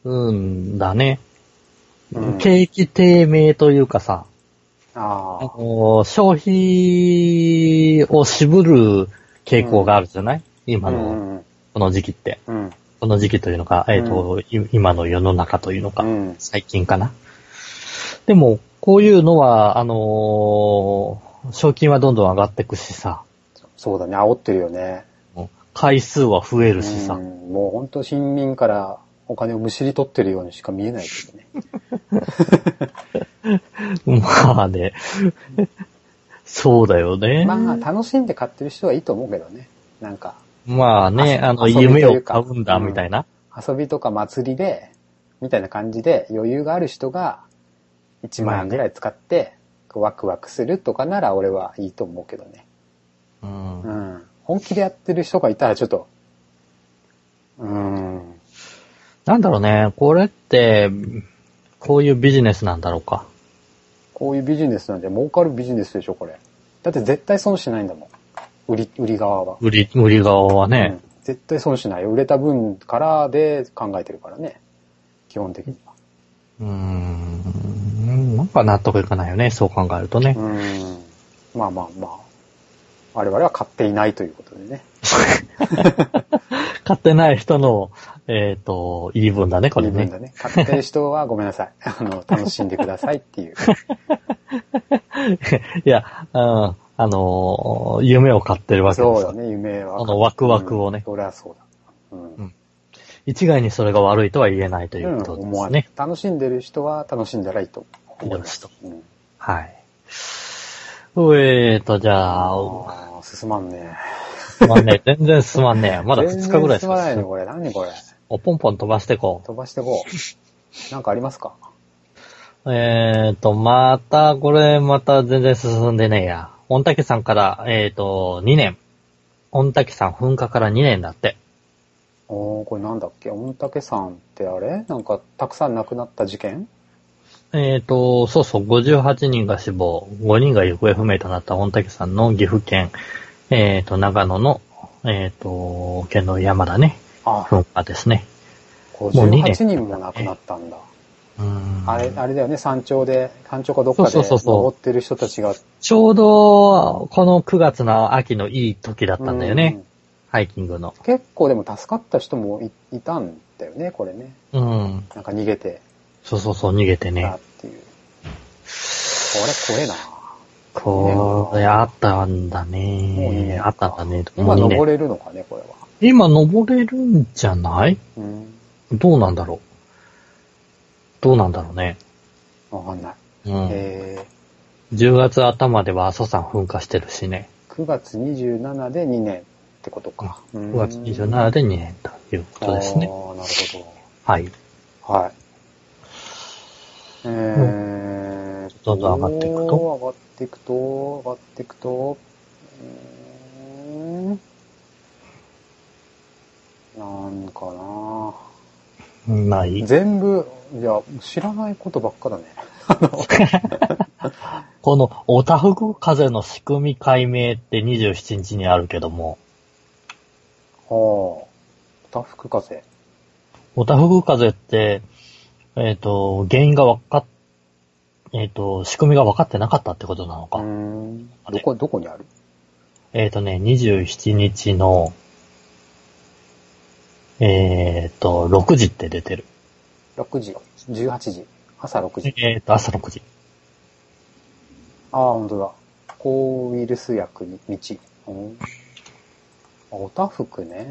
[SPEAKER 2] うんだね。
[SPEAKER 1] うん
[SPEAKER 2] 景気低迷というかさ、
[SPEAKER 1] あ
[SPEAKER 2] あ
[SPEAKER 1] あ、
[SPEAKER 2] の消費を渋る傾向があるじゃない、今
[SPEAKER 1] う
[SPEAKER 2] の、
[SPEAKER 1] ん
[SPEAKER 2] この時期って。
[SPEAKER 1] うん。
[SPEAKER 2] この時期というのか、えっ、と、い今の世の中というの
[SPEAKER 1] う
[SPEAKER 2] か、
[SPEAKER 1] ん。
[SPEAKER 2] 最近かな。でも、こういうのは、あのー賞金はどんどん上がってくしさ、
[SPEAKER 1] そうだね、煽ってるよね。
[SPEAKER 2] 回数は増えるし
[SPEAKER 1] う
[SPEAKER 2] さ、
[SPEAKER 1] ん、もう本当新民からお金をむしり取ってるようにしか見えないけどね。
[SPEAKER 2] まあね、そうだよね。
[SPEAKER 1] まあ、楽しんで買ってる人はいいと思うけどね。なんか、
[SPEAKER 2] まあね、あの、
[SPEAKER 1] 遊びというか
[SPEAKER 2] 夢を買うんだ、
[SPEAKER 1] うん
[SPEAKER 2] みたいな。
[SPEAKER 1] 遊びとか祭りで、みたいな感じで余裕がある人が1万円ぐらい使ってワクワクするとかなら俺はいいと思うけどね。
[SPEAKER 2] うん
[SPEAKER 1] う。ん。本気でやってる人がいたらちょっと、うん。
[SPEAKER 2] なんだろうね、これって、こういうビジネスなんだろうか。
[SPEAKER 1] こういうビジネスなんじゃ儲かるビジネスでしょ、これ。だって絶対損しないんだもん。売り、売り側は。
[SPEAKER 2] 売り、売り側は
[SPEAKER 1] う
[SPEAKER 2] ね
[SPEAKER 1] ん。絶対損しないよ。売れた分からで考えてるからね。基本的には。
[SPEAKER 2] うーん、なんか納得いかないよね、そう考えるとね
[SPEAKER 1] う。ん。まあまあまあ。我々は買っていないということでね。
[SPEAKER 2] 買ってない人の、えっ、と、言い分だね、これ
[SPEAKER 1] 言い
[SPEAKER 2] ね
[SPEAKER 1] 分。だね。買ってる人はごめんなさい。 あの、楽しんでくださいって いう。
[SPEAKER 2] いや、うん、あのー夢を買ってるわけで
[SPEAKER 1] そう
[SPEAKER 2] す
[SPEAKER 1] だ。ね、夢は。
[SPEAKER 2] あのワクワクをね
[SPEAKER 1] うんそりゃそうだ。うん。
[SPEAKER 2] うん一概にそれが悪いとは言えないということ
[SPEAKER 1] うん
[SPEAKER 2] で
[SPEAKER 1] 思わ
[SPEAKER 2] す
[SPEAKER 1] ない
[SPEAKER 2] ね。
[SPEAKER 1] 楽しんでる人は楽しんだらいいと思います
[SPEAKER 2] よ。
[SPEAKER 1] うん、
[SPEAKER 2] はい。えーと、じゃあ、
[SPEAKER 1] あー進まんね。
[SPEAKER 2] すまんねえ。全然すまん ねえ。まだ2日ぐらい
[SPEAKER 1] しか進
[SPEAKER 2] し
[SPEAKER 1] ま
[SPEAKER 2] か
[SPEAKER 1] ないの
[SPEAKER 2] 進む。
[SPEAKER 1] これ。何これ。
[SPEAKER 2] おポンポン飛ばしてこ
[SPEAKER 1] 飛ばしてこ う。なんかありますか
[SPEAKER 2] う。えーと、また、これ、また全然進んでねえや。御嶽さんから、えーと、2年。御嶽さん噴火から2年だって。
[SPEAKER 1] おー、これなんだっけ御嶽山ってあれなんか、たくさん亡くなった事件
[SPEAKER 2] えーと、そうそう、58人が死亡、5人が行方不明となった御嶽山の岐阜県、えーと、長野の、えーと、県の山だね。
[SPEAKER 1] あ、
[SPEAKER 2] 噴火ですね。う二年
[SPEAKER 1] 58人も亡くなったんだ。
[SPEAKER 2] うーん
[SPEAKER 1] あれ、あれだよね、山頂で、山頂かどっかで
[SPEAKER 2] そうそうそうそう
[SPEAKER 1] 登ってる人たちが。
[SPEAKER 2] ちょうど、この9月の秋のいい時だったんだよね。
[SPEAKER 1] うん
[SPEAKER 2] ハイキングの。
[SPEAKER 1] 結構でも助かった人もいいたんだよね、これね。
[SPEAKER 2] うん。
[SPEAKER 1] なんか逃げて
[SPEAKER 2] そうそうそう、逃げて
[SPEAKER 1] た
[SPEAKER 2] ね
[SPEAKER 1] っ。ていう。これ怖えな
[SPEAKER 2] これ、あったんだ
[SPEAKER 1] もういい
[SPEAKER 2] ね
[SPEAKER 1] ね。
[SPEAKER 2] あったんだね。
[SPEAKER 1] 今
[SPEAKER 2] もういいね
[SPEAKER 1] 登れるのかね、これは。
[SPEAKER 2] 今登れるんじゃない
[SPEAKER 1] うん。
[SPEAKER 2] どうなんだろう。どうなんだろうね。
[SPEAKER 1] わかんない。
[SPEAKER 2] うん。
[SPEAKER 1] え
[SPEAKER 2] 10月頭では阿蘇山噴火してるしね。
[SPEAKER 1] ー、9月27で2年ってことか。
[SPEAKER 2] 9
[SPEAKER 1] 9
[SPEAKER 2] 月27で2年ということですね。
[SPEAKER 1] ああ、なるほ
[SPEAKER 2] はい。
[SPEAKER 1] ど。はい。えー、
[SPEAKER 2] どんどん上がっていくと
[SPEAKER 1] 上がっていくと、上がっていくと、うーん。なんかな
[SPEAKER 2] ない。
[SPEAKER 1] 全部、いや、知らないことばっかだね。
[SPEAKER 2] このオタフク風の仕組み解明って27日にあるけども、
[SPEAKER 1] はあ。タフク風。
[SPEAKER 2] オタフク風って、えっ、と、原因がわかっ、えっ、と、仕組みが分かってなかったってことなの
[SPEAKER 1] う
[SPEAKER 2] か。
[SPEAKER 1] ーん。どこ、どこにある
[SPEAKER 2] えっ、とね、27日の、えっ、と、6時って出てる。
[SPEAKER 1] ?6 時、18時、朝6時。
[SPEAKER 2] えっ、と、朝6時。
[SPEAKER 1] ああ、本当だ。抗ウイルス薬に道。うん、あおたふくね。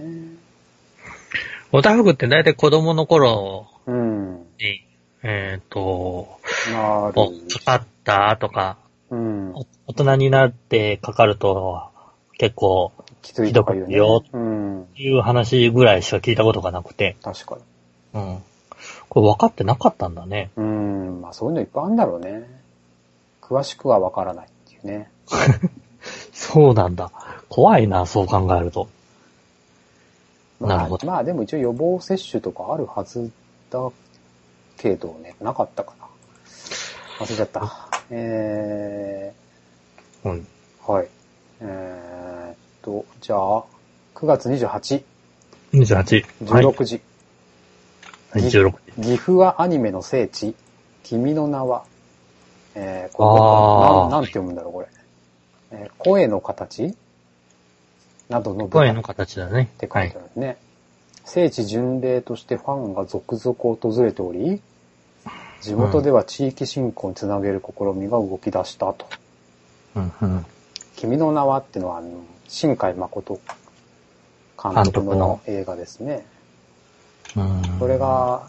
[SPEAKER 2] オタフクって大体子供の頃
[SPEAKER 1] うん。
[SPEAKER 2] に、えっ、と、
[SPEAKER 1] なる。
[SPEAKER 2] かかったとか、
[SPEAKER 1] うん。
[SPEAKER 2] 大人になってかかると、結構、
[SPEAKER 1] きついとか言う
[SPEAKER 2] ひど
[SPEAKER 1] ね
[SPEAKER 2] く。
[SPEAKER 1] うん。
[SPEAKER 2] いう話ぐらいしか聞いたことがなくて。
[SPEAKER 1] 確かに。
[SPEAKER 2] うん。これ分かってなかったんだね。
[SPEAKER 1] うん。まあそういうのいっぱいあるんだろうね。詳しくはわからないっていうね。
[SPEAKER 2] そうなんだ。怖いな、そう考えると。
[SPEAKER 1] まあ、
[SPEAKER 2] なるほど
[SPEAKER 1] まあでも一応予防接種とかあるはずだけどね、なかったかな。忘れちゃった。え
[SPEAKER 2] うん。
[SPEAKER 1] ー、はい。えー、っと、じゃあ、9月28、
[SPEAKER 2] 28。はい。
[SPEAKER 1] 16時、
[SPEAKER 2] はい、16。
[SPEAKER 1] 岐阜はアニメの聖地、君の名は、えー、
[SPEAKER 2] あ
[SPEAKER 1] こ
[SPEAKER 2] ー
[SPEAKER 1] れなん、なんて読むんだろう、これ。えー声の形などの舞
[SPEAKER 2] 声
[SPEAKER 1] 台
[SPEAKER 2] の形だね
[SPEAKER 1] っ。て書
[SPEAKER 2] はいい
[SPEAKER 1] て。あるね。聖地巡礼としてファンが続々訪れており、地元では地域振興につなげる試みが動き出したと。
[SPEAKER 2] うんうん。
[SPEAKER 1] 君の名はってのは、あの、新海誠監督
[SPEAKER 2] 監督
[SPEAKER 1] の
[SPEAKER 2] の
[SPEAKER 1] 映画ですね。
[SPEAKER 2] うん
[SPEAKER 1] それ、が、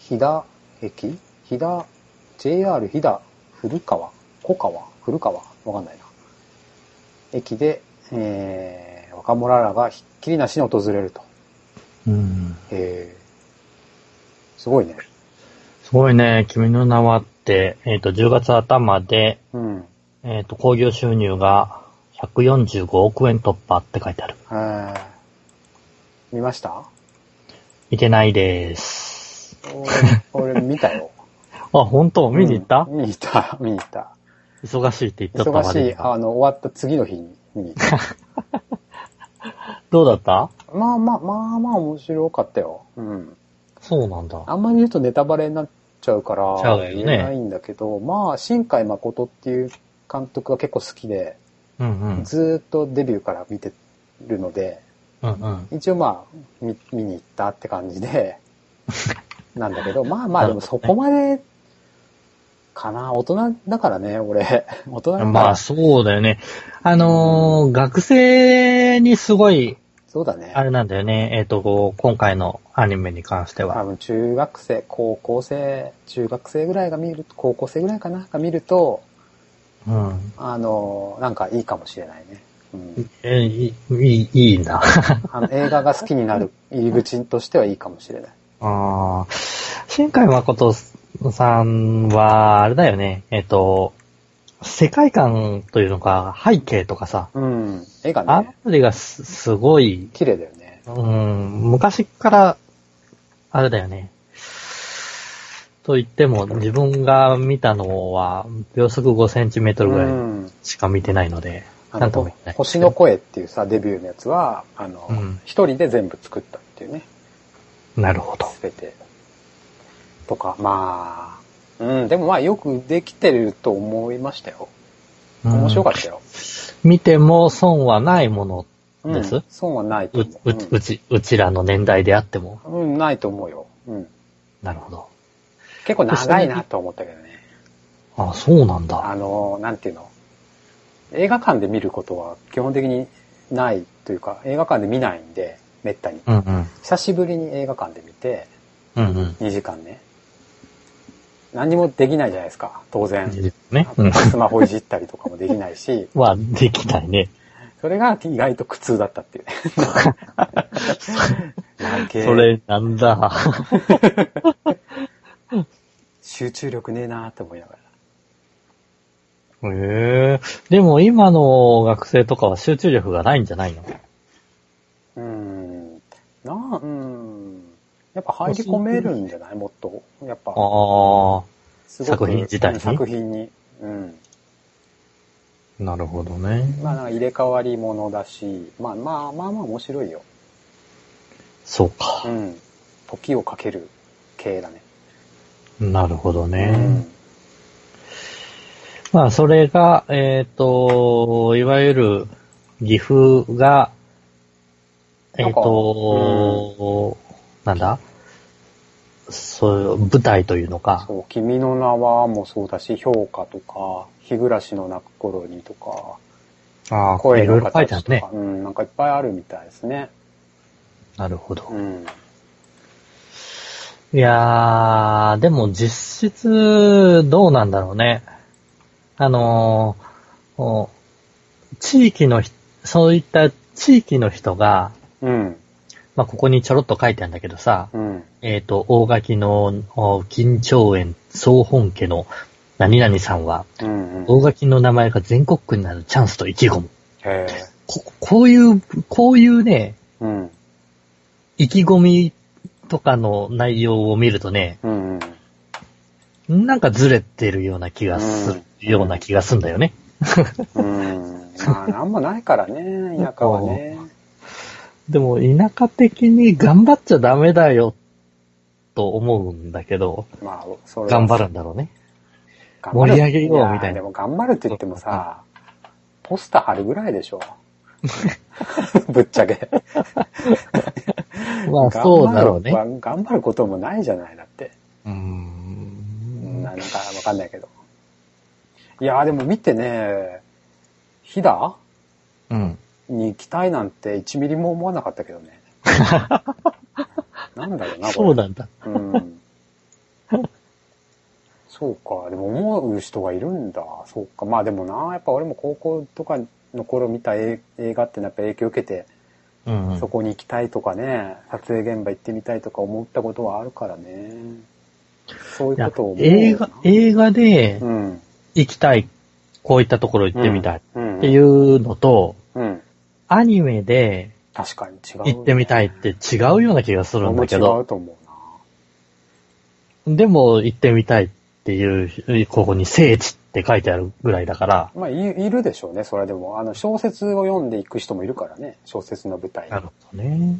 [SPEAKER 1] 飛騨駅飛騨、JR 飛騨、古川古川古川わかんないな。駅で、えー、若者らがひっきりなしに訪れると。
[SPEAKER 2] うん。
[SPEAKER 1] へえ。すごいね。
[SPEAKER 2] すごいね、君の名はって、えっ、と、10月頭で、
[SPEAKER 1] うん。
[SPEAKER 2] えっ、と、興行収入が145億円突破って書いてある。
[SPEAKER 1] えー、見ました
[SPEAKER 2] 見てないです。
[SPEAKER 1] 俺、俺見たよ。
[SPEAKER 2] あ、本当 見に行った、
[SPEAKER 1] うん見に行った、見に行った。
[SPEAKER 2] 忙しいって言っちゃった
[SPEAKER 1] 忙しい、
[SPEAKER 2] あ
[SPEAKER 1] あの、終わった次の日に見に行 った。
[SPEAKER 2] どうだった
[SPEAKER 1] まあまあ、まあまあ面白かったよ。うん。
[SPEAKER 2] そうなんだ。
[SPEAKER 1] あんまり言うとネタバレになっちゃうから
[SPEAKER 2] ちゃうよ、ね
[SPEAKER 1] 言えないんだけど、まあ、新海誠っていう監督が結構好きで、
[SPEAKER 2] うんうん。
[SPEAKER 1] ずーっとデビューから見てるので、
[SPEAKER 2] うんうん。
[SPEAKER 1] 一応まあ、見、見に行ったって感じで、 なんだけど、まあまあ、でもそこまで、かな、大人だからね、俺。大人だから、
[SPEAKER 2] まあ、そうだよね。あのー学生にすごい、
[SPEAKER 1] そうだね。
[SPEAKER 2] あれなんだよね。えっ、と、こう今回のアニメに関して
[SPEAKER 1] 多
[SPEAKER 2] は。
[SPEAKER 1] 分中学生、高校生、中学生ぐらいが見る、高校生ぐらいかな、が見ると、
[SPEAKER 2] うん。
[SPEAKER 1] あの、なんかいいかもしれないね。うん、
[SPEAKER 2] えいい、いいな。
[SPEAKER 1] あの映画が好きになる入り口としてはいいかもしれない。
[SPEAKER 2] ああ、新海誠さんは、あれだよね、えっと、世界観というのか、背景とかさ、
[SPEAKER 1] うん。絵
[SPEAKER 2] あ
[SPEAKER 1] が
[SPEAKER 2] の
[SPEAKER 1] ね、
[SPEAKER 2] 辺りがすすごい、
[SPEAKER 1] 綺麗だよね。
[SPEAKER 2] うん、昔から、あれだよね。と言っても、自分が見たのは、秒速5センチメートルぐ
[SPEAKER 1] う
[SPEAKER 2] らい
[SPEAKER 1] ん
[SPEAKER 2] しか見てないので、
[SPEAKER 1] あ
[SPEAKER 2] なん
[SPEAKER 1] の
[SPEAKER 2] とも言えない。
[SPEAKER 1] 星の声っていうさ、デビューのやつは、あの
[SPEAKER 2] うん、
[SPEAKER 1] 一、人で全部作ったっていうね、
[SPEAKER 2] なるほど。
[SPEAKER 1] すべて。とか、まあ、うん、でもまあよくできてると思いましたよ。面白か
[SPEAKER 2] っ
[SPEAKER 1] ったよ。
[SPEAKER 2] た。見ても損はないもの
[SPEAKER 1] うん、
[SPEAKER 2] です
[SPEAKER 1] 損はないと
[SPEAKER 2] う、
[SPEAKER 1] 思う。
[SPEAKER 2] う、うち、うちらの年代であっても。
[SPEAKER 1] うん、うんないと思うよ。うん。
[SPEAKER 2] なるほど。
[SPEAKER 1] 結構長いなと思ったけどね。
[SPEAKER 2] あ、そうなん
[SPEAKER 1] あ
[SPEAKER 2] だ。
[SPEAKER 1] の、なんていうの。映画館で見ることは基本的にないというか、映画館で見ないんで、めったに。
[SPEAKER 2] うんうん。
[SPEAKER 1] 久しぶりに映画館で見て、
[SPEAKER 2] うんうん。
[SPEAKER 1] 2時間ね。何にもできないじゃないですか、当然。
[SPEAKER 2] ね。うん。
[SPEAKER 1] スマホいじったりとかもできないし、
[SPEAKER 2] は、できないね。
[SPEAKER 1] それが意外と苦痛だった っていうね。なんけ
[SPEAKER 2] それ、なんだ。
[SPEAKER 1] 集中力ねえなーって思いながら。
[SPEAKER 2] へえ。でも今の学生とかは集中力がないんじゃないの
[SPEAKER 1] うーん。なあ、うーん。やっぱ入り込めるんじゃないもっと。やっぱ。
[SPEAKER 2] あ
[SPEAKER 1] すごく
[SPEAKER 2] 作品自体に
[SPEAKER 1] うん作品に。うん。
[SPEAKER 2] あ、なるほどね。
[SPEAKER 1] まあなんか入れ替わりものだし、まあまあまあまあ面白いよ。
[SPEAKER 2] そう
[SPEAKER 1] う
[SPEAKER 2] か。
[SPEAKER 1] ん。時をかける系だね。
[SPEAKER 2] なるほどね。
[SPEAKER 1] うん。
[SPEAKER 2] まあ、それが、えっ、と、いわゆる、岐阜が、えっ、と、なんだそう、舞台というのか。
[SPEAKER 1] そう、君の名はもそうだし、評価とか、日暮らしの泣く頃にとか、
[SPEAKER 2] ああ、これ
[SPEAKER 1] 声
[SPEAKER 2] いろ
[SPEAKER 1] の
[SPEAKER 2] いろ書いてあ
[SPEAKER 1] 形と
[SPEAKER 2] る
[SPEAKER 1] か、
[SPEAKER 2] ね。
[SPEAKER 1] うん、なんかいっぱいあるみたいですね。
[SPEAKER 2] なるほど
[SPEAKER 1] う。ん。
[SPEAKER 2] いやー、でも実質、どうなんだろうね。あのーお地域のひ、そういった地域の人が、
[SPEAKER 1] うん。
[SPEAKER 2] まあ、ここにちょろっと書いてあるんだけどさ、
[SPEAKER 1] うん。
[SPEAKER 2] えっ、と、大垣のお金長園総本家の何々さんは、
[SPEAKER 1] うんうん。
[SPEAKER 2] 大垣の名前が全国区になるチャンスと意気込む。
[SPEAKER 1] へえ。
[SPEAKER 2] ここういう、こういうね、
[SPEAKER 1] うん。
[SPEAKER 2] 意気込みとかの内容を見るとね、
[SPEAKER 1] うんうん。
[SPEAKER 2] なんかずれてるような気がする、
[SPEAKER 1] うん
[SPEAKER 2] ような気がすんだよね。
[SPEAKER 1] うん。まあ、なんもないから ね、田舎はね。
[SPEAKER 2] でも、田舎的に頑張っちゃダメだよ、と思うんだけど、
[SPEAKER 1] まあ、それは
[SPEAKER 2] 頑張るんだろうね。
[SPEAKER 1] 頑張る
[SPEAKER 2] 盛り上げようみたいな
[SPEAKER 1] やでも頑張るって言ってもさ、ポスター貼るぐらいでし ょ。ぶっちゃけ。
[SPEAKER 2] まあ、そうだろうね。
[SPEAKER 1] 頑張る頑張ることもないじゃない、だって。
[SPEAKER 2] うー
[SPEAKER 1] うん、
[SPEAKER 2] ん
[SPEAKER 1] なんかわかんないけど。いやーでも見てね、飛騨
[SPEAKER 2] うん。
[SPEAKER 1] に行きたいなんて1ミリも思わなかったけど ね。なんだろうな、これ。
[SPEAKER 2] そうなんだ。
[SPEAKER 1] うん。そうか。でも思う人がいるんだ。そうか。まあでもな、やっぱ俺も高校とかの頃見た映映画ってのはやっぱ影響受けて、
[SPEAKER 2] うんうん
[SPEAKER 1] そこに行きたいとかね、撮影現場行ってみたいとか思ったことはあるからね。そうい
[SPEAKER 2] いうや
[SPEAKER 1] ことを思うよな。
[SPEAKER 2] 映画、映画で
[SPEAKER 1] うん。
[SPEAKER 2] 行きたい、こういったところ行ってみたい
[SPEAKER 1] うん。
[SPEAKER 2] っていうのと、
[SPEAKER 1] うん。
[SPEAKER 2] アニメで
[SPEAKER 1] 確かに違う、
[SPEAKER 2] 行ってみたいって違うような気がするんだけ
[SPEAKER 1] 俺も違
[SPEAKER 2] ど、
[SPEAKER 1] うと思うな。
[SPEAKER 2] でも行ってみたいっていう、ここに聖地って書いてあるぐらいだから、
[SPEAKER 1] まあ、いいるでしょうね、それでも。あの、小説を読んでいく人もいるからね、小説の舞台に
[SPEAKER 2] なるほどね。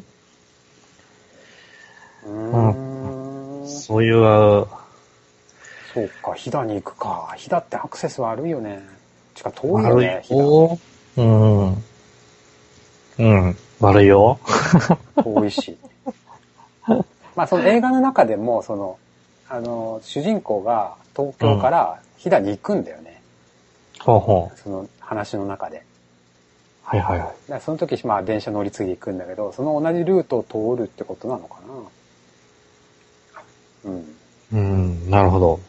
[SPEAKER 1] うーん。そ
[SPEAKER 2] そういう、
[SPEAKER 1] うか、飛騨に行くか。飛騨ってアクセス悪いよね。しか遠いよ
[SPEAKER 2] 悪
[SPEAKER 1] ね
[SPEAKER 2] い、
[SPEAKER 1] 飛騨。
[SPEAKER 2] よ。うん。うん。悪いよ。
[SPEAKER 1] 遠いし。まあ、その映画の中でも、その、あの、主人公が東京から飛騨に行くんだよね。
[SPEAKER 2] ほうほう。
[SPEAKER 1] その話の中で。
[SPEAKER 2] はいはいはい。
[SPEAKER 1] だからその時、まあ、電車乗り継いでいくんだけど、その同じルートを通るってことなのかな。うん。
[SPEAKER 2] うん、なるほど。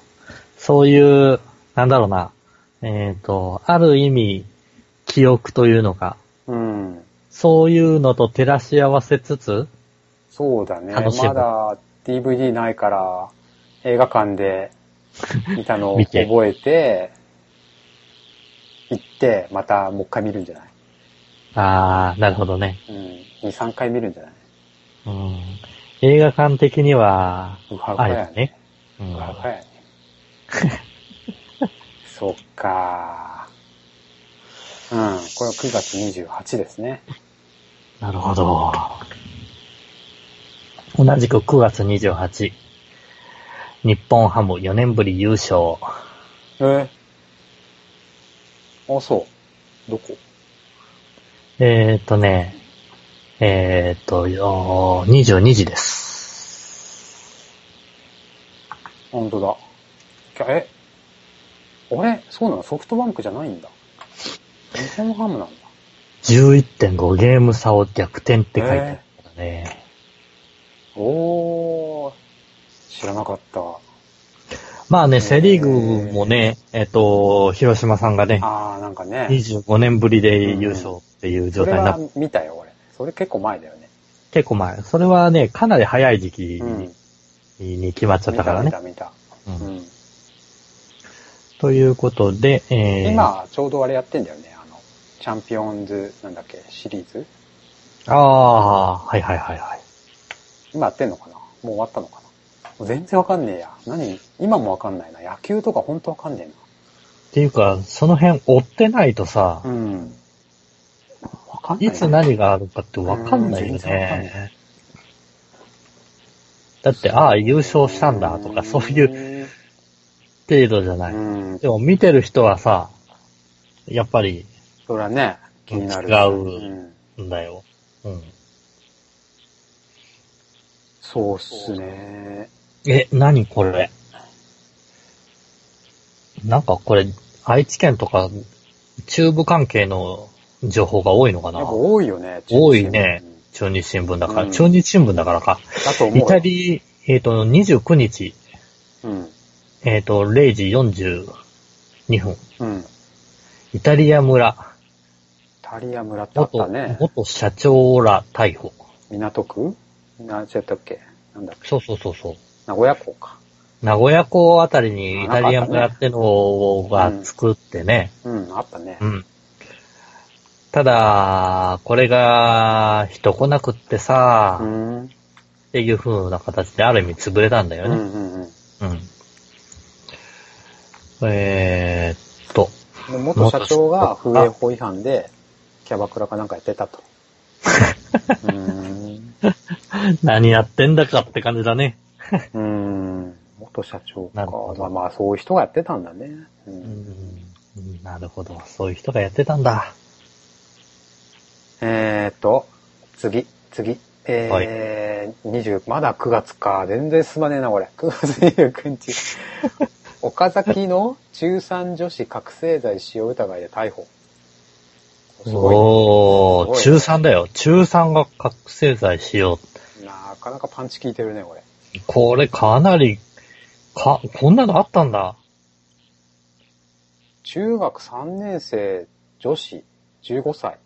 [SPEAKER 2] そういう、なんだろうな。えっ、と、ある意味、記憶というのか、
[SPEAKER 1] うん。
[SPEAKER 2] そういうのと照らし合わせつつ、
[SPEAKER 1] そうだね。
[SPEAKER 2] 楽しい
[SPEAKER 1] まだ DVD ないから、映画館 で見たのを
[SPEAKER 2] 見て
[SPEAKER 1] 覚えて、行って、またもう一回見るんじゃない
[SPEAKER 2] あー、なるほどね。
[SPEAKER 1] うん。2、3回見るんじゃない
[SPEAKER 2] うん。映画館的には、
[SPEAKER 1] うはう
[SPEAKER 2] あ
[SPEAKER 1] は
[SPEAKER 2] れ
[SPEAKER 1] や
[SPEAKER 2] だ
[SPEAKER 1] ね。
[SPEAKER 2] ね。う。
[SPEAKER 1] うんはうは やね。そっかうん。これは9月28ですね。
[SPEAKER 2] なるほど。同じく9月28。日本ハム4年ぶり優勝。
[SPEAKER 1] えあ、そう。どこ
[SPEAKER 2] えっ、ー、とね、えっ、ー、と、よー22時です。
[SPEAKER 1] 本当だ。きゃえあれそうなのソフトバンクじゃないんだ。日本ハムなんだ。
[SPEAKER 2] 11.5ゲーム差を逆転って書いてあったからね。
[SPEAKER 1] おー。知らなかった。
[SPEAKER 2] まあね、セリーグもね、えっ、と、広島さんがね、
[SPEAKER 1] あー、なんかね。
[SPEAKER 2] 25年ぶりで優勝っていう状
[SPEAKER 1] それ
[SPEAKER 2] 態になっ
[SPEAKER 1] は
[SPEAKER 2] た。
[SPEAKER 1] 見たよ、俺。それ結構前だよね。
[SPEAKER 2] 結構前。それはね、かなり早い時期に,、
[SPEAKER 1] うん。
[SPEAKER 2] に決まっちゃっ
[SPEAKER 1] 見
[SPEAKER 2] たか
[SPEAKER 1] た
[SPEAKER 2] ら
[SPEAKER 1] 見
[SPEAKER 2] ね。
[SPEAKER 1] た見た。
[SPEAKER 2] うん
[SPEAKER 1] うん。
[SPEAKER 2] ということで、えー、
[SPEAKER 1] 今、ちょうどあれやってんだよね。あの、チャンピオンズ、なんだっけ、シリーズ
[SPEAKER 2] ああ、はいはいはいはい。
[SPEAKER 1] 今やってんのかなもう終わったのかなもう全然わかんねえや。何今もわかんないな。野球とかほんとわかんね
[SPEAKER 2] っていうか、その辺追ってないとさ
[SPEAKER 1] え、な。うん。わかんないい。
[SPEAKER 2] つ何があるかってわかんないよ
[SPEAKER 1] うん全然わかんな
[SPEAKER 2] ね。だって、ああ、優勝したんだとか、そういう
[SPEAKER 1] う。
[SPEAKER 2] 程度じゃない。
[SPEAKER 1] うん。
[SPEAKER 2] でも見てる人はさ、やっぱり、
[SPEAKER 1] それはね、気になる。。
[SPEAKER 2] 違うんんだよ。うん。
[SPEAKER 1] そうっすね。
[SPEAKER 2] え、何これ。なんかこれ、愛知県とか、中部関係の情報が多いのか
[SPEAKER 1] や
[SPEAKER 2] な
[SPEAKER 1] っぱ多いよね。
[SPEAKER 2] 多いね
[SPEAKER 1] うん。
[SPEAKER 2] 中日新聞だから、
[SPEAKER 1] うん
[SPEAKER 2] 中日新聞だからか。
[SPEAKER 1] だと思う
[SPEAKER 2] イ
[SPEAKER 1] よ。
[SPEAKER 2] タリえっ、と、29日、
[SPEAKER 1] うん。
[SPEAKER 2] えっ、と、0時42分。
[SPEAKER 1] うん。イ
[SPEAKER 2] イタリア村、
[SPEAKER 1] タリア村ってあっ
[SPEAKER 2] 元、
[SPEAKER 1] たね。
[SPEAKER 2] 元社長ら逮捕。
[SPEAKER 1] 港区な、違ったっけなんだっけ
[SPEAKER 2] そうそうそうそう。
[SPEAKER 1] 名古屋港か。
[SPEAKER 2] 名古屋港あたりにイタリアもやってるのが作ってね。
[SPEAKER 1] うん、あったね
[SPEAKER 2] う。ん。ただ、これが人来なくってさ、
[SPEAKER 1] う
[SPEAKER 2] っ
[SPEAKER 1] ん。うん
[SPEAKER 2] ていう風な形である意味潰れたんだよ
[SPEAKER 1] う
[SPEAKER 2] ね。
[SPEAKER 1] んうん。
[SPEAKER 2] うん。えーっと、
[SPEAKER 1] で元社長が風営法違反で、キャバクラかなんかやってた と。うーん。う
[SPEAKER 2] 何やってんだかって感じだね。
[SPEAKER 1] ーん。元社長
[SPEAKER 2] な
[SPEAKER 1] か
[SPEAKER 2] るほ。ど
[SPEAKER 1] まあまあ、そういう人がやってたんだね。う
[SPEAKER 2] うんん、なるほど。そういう人がやってたんだ。
[SPEAKER 1] えーっと、次、次。えー、20、まだ9月か。全然進まねえな、これ。9月29日。 岡崎の中産女子覚醒剤使用疑いで逮捕。すご
[SPEAKER 2] おー、
[SPEAKER 1] すごい
[SPEAKER 2] 中3だよ。中3が覚醒剤しよう。
[SPEAKER 1] い。なかなかパンチ効いてるね、これ。
[SPEAKER 2] これかなり、か、こんなのあったんだ。
[SPEAKER 1] 中学3年生女子15歳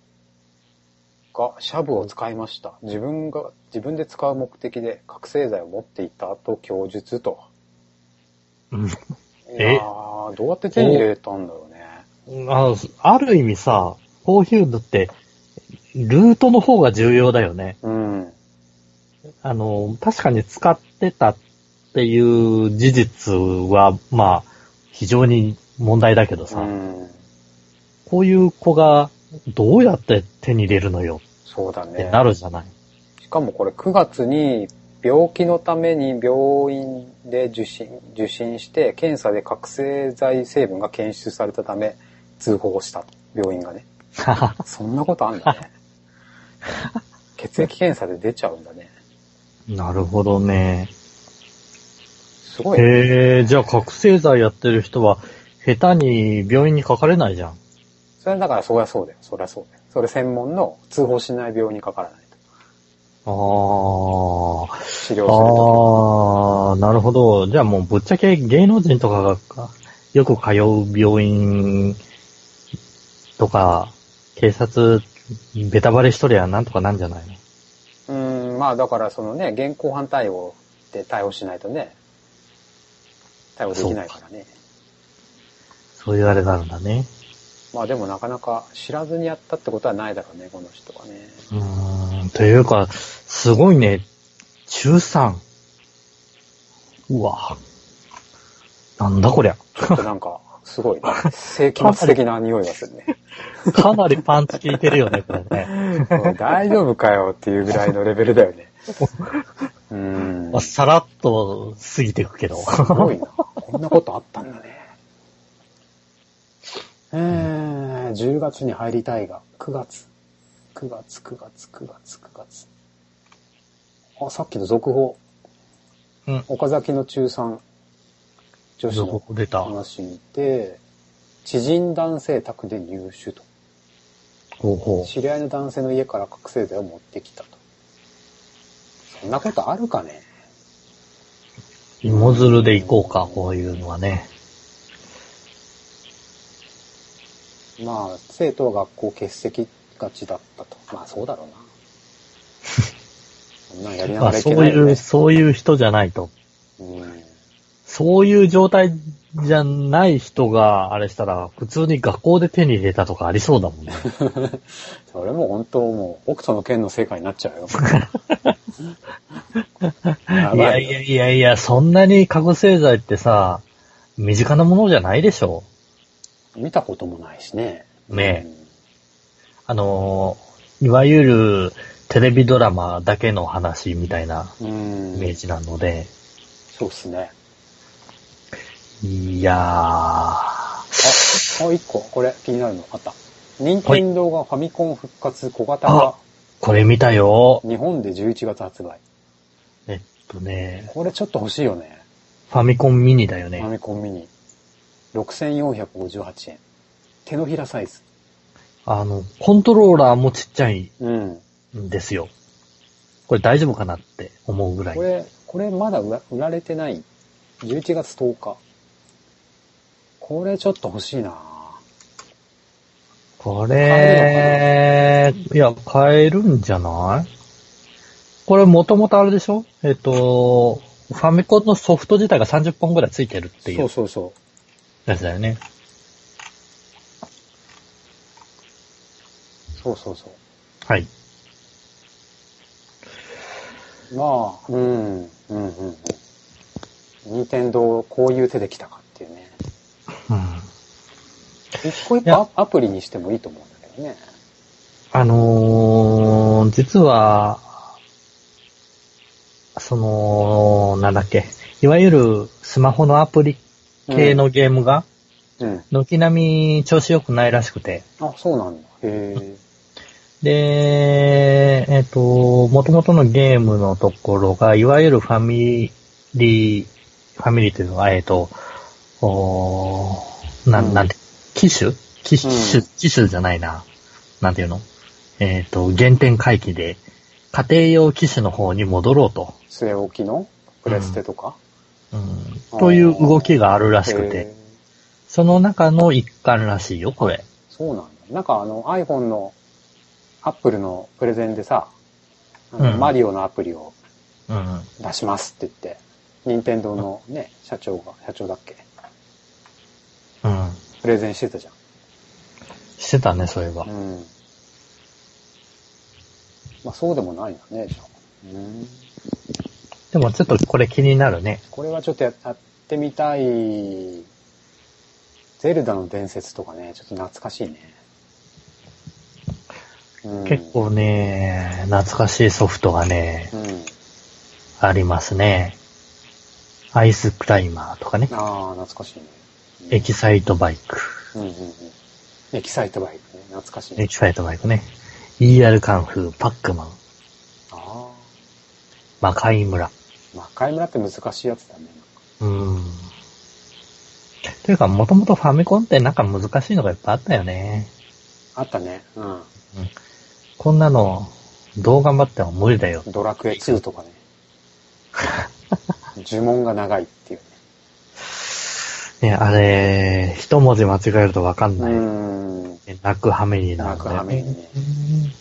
[SPEAKER 1] がシャブを使いました。自分が、自分で使う目的で覚醒剤を持っていたと供述と。
[SPEAKER 2] うん
[SPEAKER 1] い
[SPEAKER 2] え
[SPEAKER 1] やー、どうやって手に入れたんだろうね。
[SPEAKER 2] あのある意味さ、こういうのって、ルートの方が重要だよね。
[SPEAKER 1] うん。
[SPEAKER 2] あの、確かに使ってたっていう事実は、まあ、非常に問題だけど
[SPEAKER 1] う
[SPEAKER 2] さ、
[SPEAKER 1] ん。
[SPEAKER 2] こういう子がどうやって手に入れるのよ
[SPEAKER 1] そうだ
[SPEAKER 2] って
[SPEAKER 1] ね。
[SPEAKER 2] なるじ ゃない。
[SPEAKER 1] しかもこれ9月に病気のために病院で受診、受診して検査で覚醒剤成分が検出されたため通報をしたと。病院がね。そんなことあんだね。血液検査で出ちゃうんだね。
[SPEAKER 2] なるほどね。
[SPEAKER 1] すごいね。
[SPEAKER 2] へえ、じゃあ覚醒剤やってる人は、下手に病院にかかれないじゃん。
[SPEAKER 1] それはだからそりゃそうだよ。そりゃそうだよ。それ専門の通報しない病院にかからないと。
[SPEAKER 2] ああ。
[SPEAKER 1] 治療すると
[SPEAKER 2] ああ、なるほど。じゃあもうぶっちゃけ芸能人とかがかよく通う病院とか、警察、ベタバレしとりゃなんとかなんじゃないの
[SPEAKER 1] き。うーん、まあだからそのね、現行犯対応で逮捕しないとね、逮捕できないからね。
[SPEAKER 2] そういうあれなんだね。
[SPEAKER 1] まあでもなかなか知らずにやったってことはないだろうね、この人はね。
[SPEAKER 2] うーん、というか、すごいね。中3。うわ。なんだこりゃ。
[SPEAKER 1] ちょっとなんか、す ごいね。世紀末的な匂いがするね。
[SPEAKER 2] かなりパンチ効いてるよね、これね。
[SPEAKER 1] おい大丈夫かよっていうぐらいのレベルだよ ね。うーん。す
[SPEAKER 2] さらっと過ぎていくけど。
[SPEAKER 1] ご いな。こんなことあったんだね。えー、10月に入りたいが、9月。9月、9月、9月、9月。あ、さっきの続報。
[SPEAKER 2] うん。
[SPEAKER 1] 岡崎の中3女 子の
[SPEAKER 2] 出た。
[SPEAKER 1] 話で、知人男性宅で入手と。
[SPEAKER 2] ほうほう。
[SPEAKER 1] 知り合いの男性の家から覚醒剤を持ってきたと。そんなことあるかね
[SPEAKER 2] 芋づるで行こうか、こういうのはね。
[SPEAKER 1] まあ、生徒は学校欠席がちだったと。まあ、そうだろう な。そんなんやりなが
[SPEAKER 2] まあ、
[SPEAKER 1] らい
[SPEAKER 2] そ
[SPEAKER 1] け
[SPEAKER 2] う
[SPEAKER 1] ないよ
[SPEAKER 2] い
[SPEAKER 1] ね
[SPEAKER 2] う、。そういう人じゃないと。
[SPEAKER 1] うん
[SPEAKER 2] そういう状態じゃない人が、あれしたら、普通に学校で手に入れたとかありそう だもんね。
[SPEAKER 1] それも本当もう、北斗の剣の世界になっちゃう よ。やば
[SPEAKER 2] いや
[SPEAKER 1] い
[SPEAKER 2] い
[SPEAKER 1] よ
[SPEAKER 2] やいやいや、そんなに覚醒剤ってさ、身近なものじゃないでしょ。
[SPEAKER 1] 見たこともないしね。
[SPEAKER 2] ねあのー、いわゆるテレビドラマだけの話みたいな
[SPEAKER 1] え。う
[SPEAKER 2] イメー
[SPEAKER 1] ん。
[SPEAKER 2] ジなので、
[SPEAKER 1] そうっすね。
[SPEAKER 2] いや
[SPEAKER 1] あ、
[SPEAKER 2] ー、
[SPEAKER 1] あ、一個、これ気になるのあった。任天堂がファミコン復活小型化
[SPEAKER 2] あ、これ見たよ。
[SPEAKER 1] 日本で11月発売。
[SPEAKER 2] えっとね、
[SPEAKER 1] これちょっと欲しいよね。
[SPEAKER 2] ファミコンミニだよね。
[SPEAKER 1] ファミコンミニ。6458円。手のひらサイズ。
[SPEAKER 2] あの、コントローラーもちっちゃい
[SPEAKER 1] うん。
[SPEAKER 2] んですよ。これ大丈夫かなって思うぐらい
[SPEAKER 1] こ。れ、これまだ売ら売られてない。11月10日。これちょっと欲しいな
[SPEAKER 2] これ、いや、買えるんじゃないこれもともとあれでしょえっと、ファミコンのソフト自体が30本ぐらいついてるってい
[SPEAKER 1] そううそうそ
[SPEAKER 2] やつだよね。
[SPEAKER 1] う。そうそうそう。
[SPEAKER 2] はい。
[SPEAKER 1] まあ、うん、うん、うん、うん。任天堂こういう手で来たかっていうね。
[SPEAKER 2] うん
[SPEAKER 1] 一個一個アアプリにしてもいいと思うんだけどね。
[SPEAKER 2] あのー、実は、その、なんだっけ、いわゆるスマホのアプリ系のゲームが、
[SPEAKER 1] うん。
[SPEAKER 2] 軒並み調子良くないらしくて、
[SPEAKER 1] あ、そうなんだ。へえ。
[SPEAKER 2] で、えっ、と、元々のゲームのところが、いわゆるファミリー、ファミリーというのは、えっ、と、おーな、
[SPEAKER 1] うんん
[SPEAKER 2] なんて、機種機種、
[SPEAKER 1] うん
[SPEAKER 2] 機種じゃないな。なんていうのえっ、と、原点回帰で、家庭用機種の方に戻ろうと、
[SPEAKER 1] 据え置きのプレステとか、
[SPEAKER 2] うん、という動きがあるらしく
[SPEAKER 1] へ
[SPEAKER 2] て
[SPEAKER 1] え、
[SPEAKER 2] その中の一環らしいよ、これ。
[SPEAKER 1] そうなんだ。なんかあの iPhone の、Apple のプレゼンでさ、あ
[SPEAKER 2] う
[SPEAKER 1] の
[SPEAKER 2] ん
[SPEAKER 1] マリオのアプリを
[SPEAKER 2] うん。
[SPEAKER 1] 出しますって言って、任天堂のね、社長が、社長だっけ
[SPEAKER 2] うん。
[SPEAKER 1] プレゼンしてたじ
[SPEAKER 2] してたね、そういえば。
[SPEAKER 1] ゃん。うん。まあそうでもないんだね、じゃあ。うん。
[SPEAKER 2] でもちょっとこれ気になるね。
[SPEAKER 1] これはちょっとややってみたい。ゼルダの伝説とかね、ちょっと懐かしいね。うん
[SPEAKER 2] 結。構ね、懐かしいソフトがね、
[SPEAKER 1] うん。
[SPEAKER 2] ありますね。アイスクライマーとかね。
[SPEAKER 1] ああ、懐かしいね。
[SPEAKER 2] エキサイトバイク。
[SPEAKER 1] うんうんうん。エキサイトバイクね。懐かしい
[SPEAKER 2] エ
[SPEAKER 1] ね。
[SPEAKER 2] キサイトバイクね。ER カンフー、パックマン、
[SPEAKER 1] あ
[SPEAKER 2] 魔界村。
[SPEAKER 1] あ。魔界村って難しいやつだね。
[SPEAKER 2] うーん。というか、もともとファミコンってなんか難しいのがいっぱいあったよね。
[SPEAKER 1] あったね。うん。
[SPEAKER 2] こんなの、どう頑張っても無理だよ。
[SPEAKER 1] ドラクエ2とか ね。呪文が長いっていう
[SPEAKER 2] ね、あれ、一文字間違えるとわかんない。
[SPEAKER 1] ね。うん。
[SPEAKER 2] 泣く羽目になるんだよ
[SPEAKER 1] 泣く羽目
[SPEAKER 2] ね。
[SPEAKER 1] にね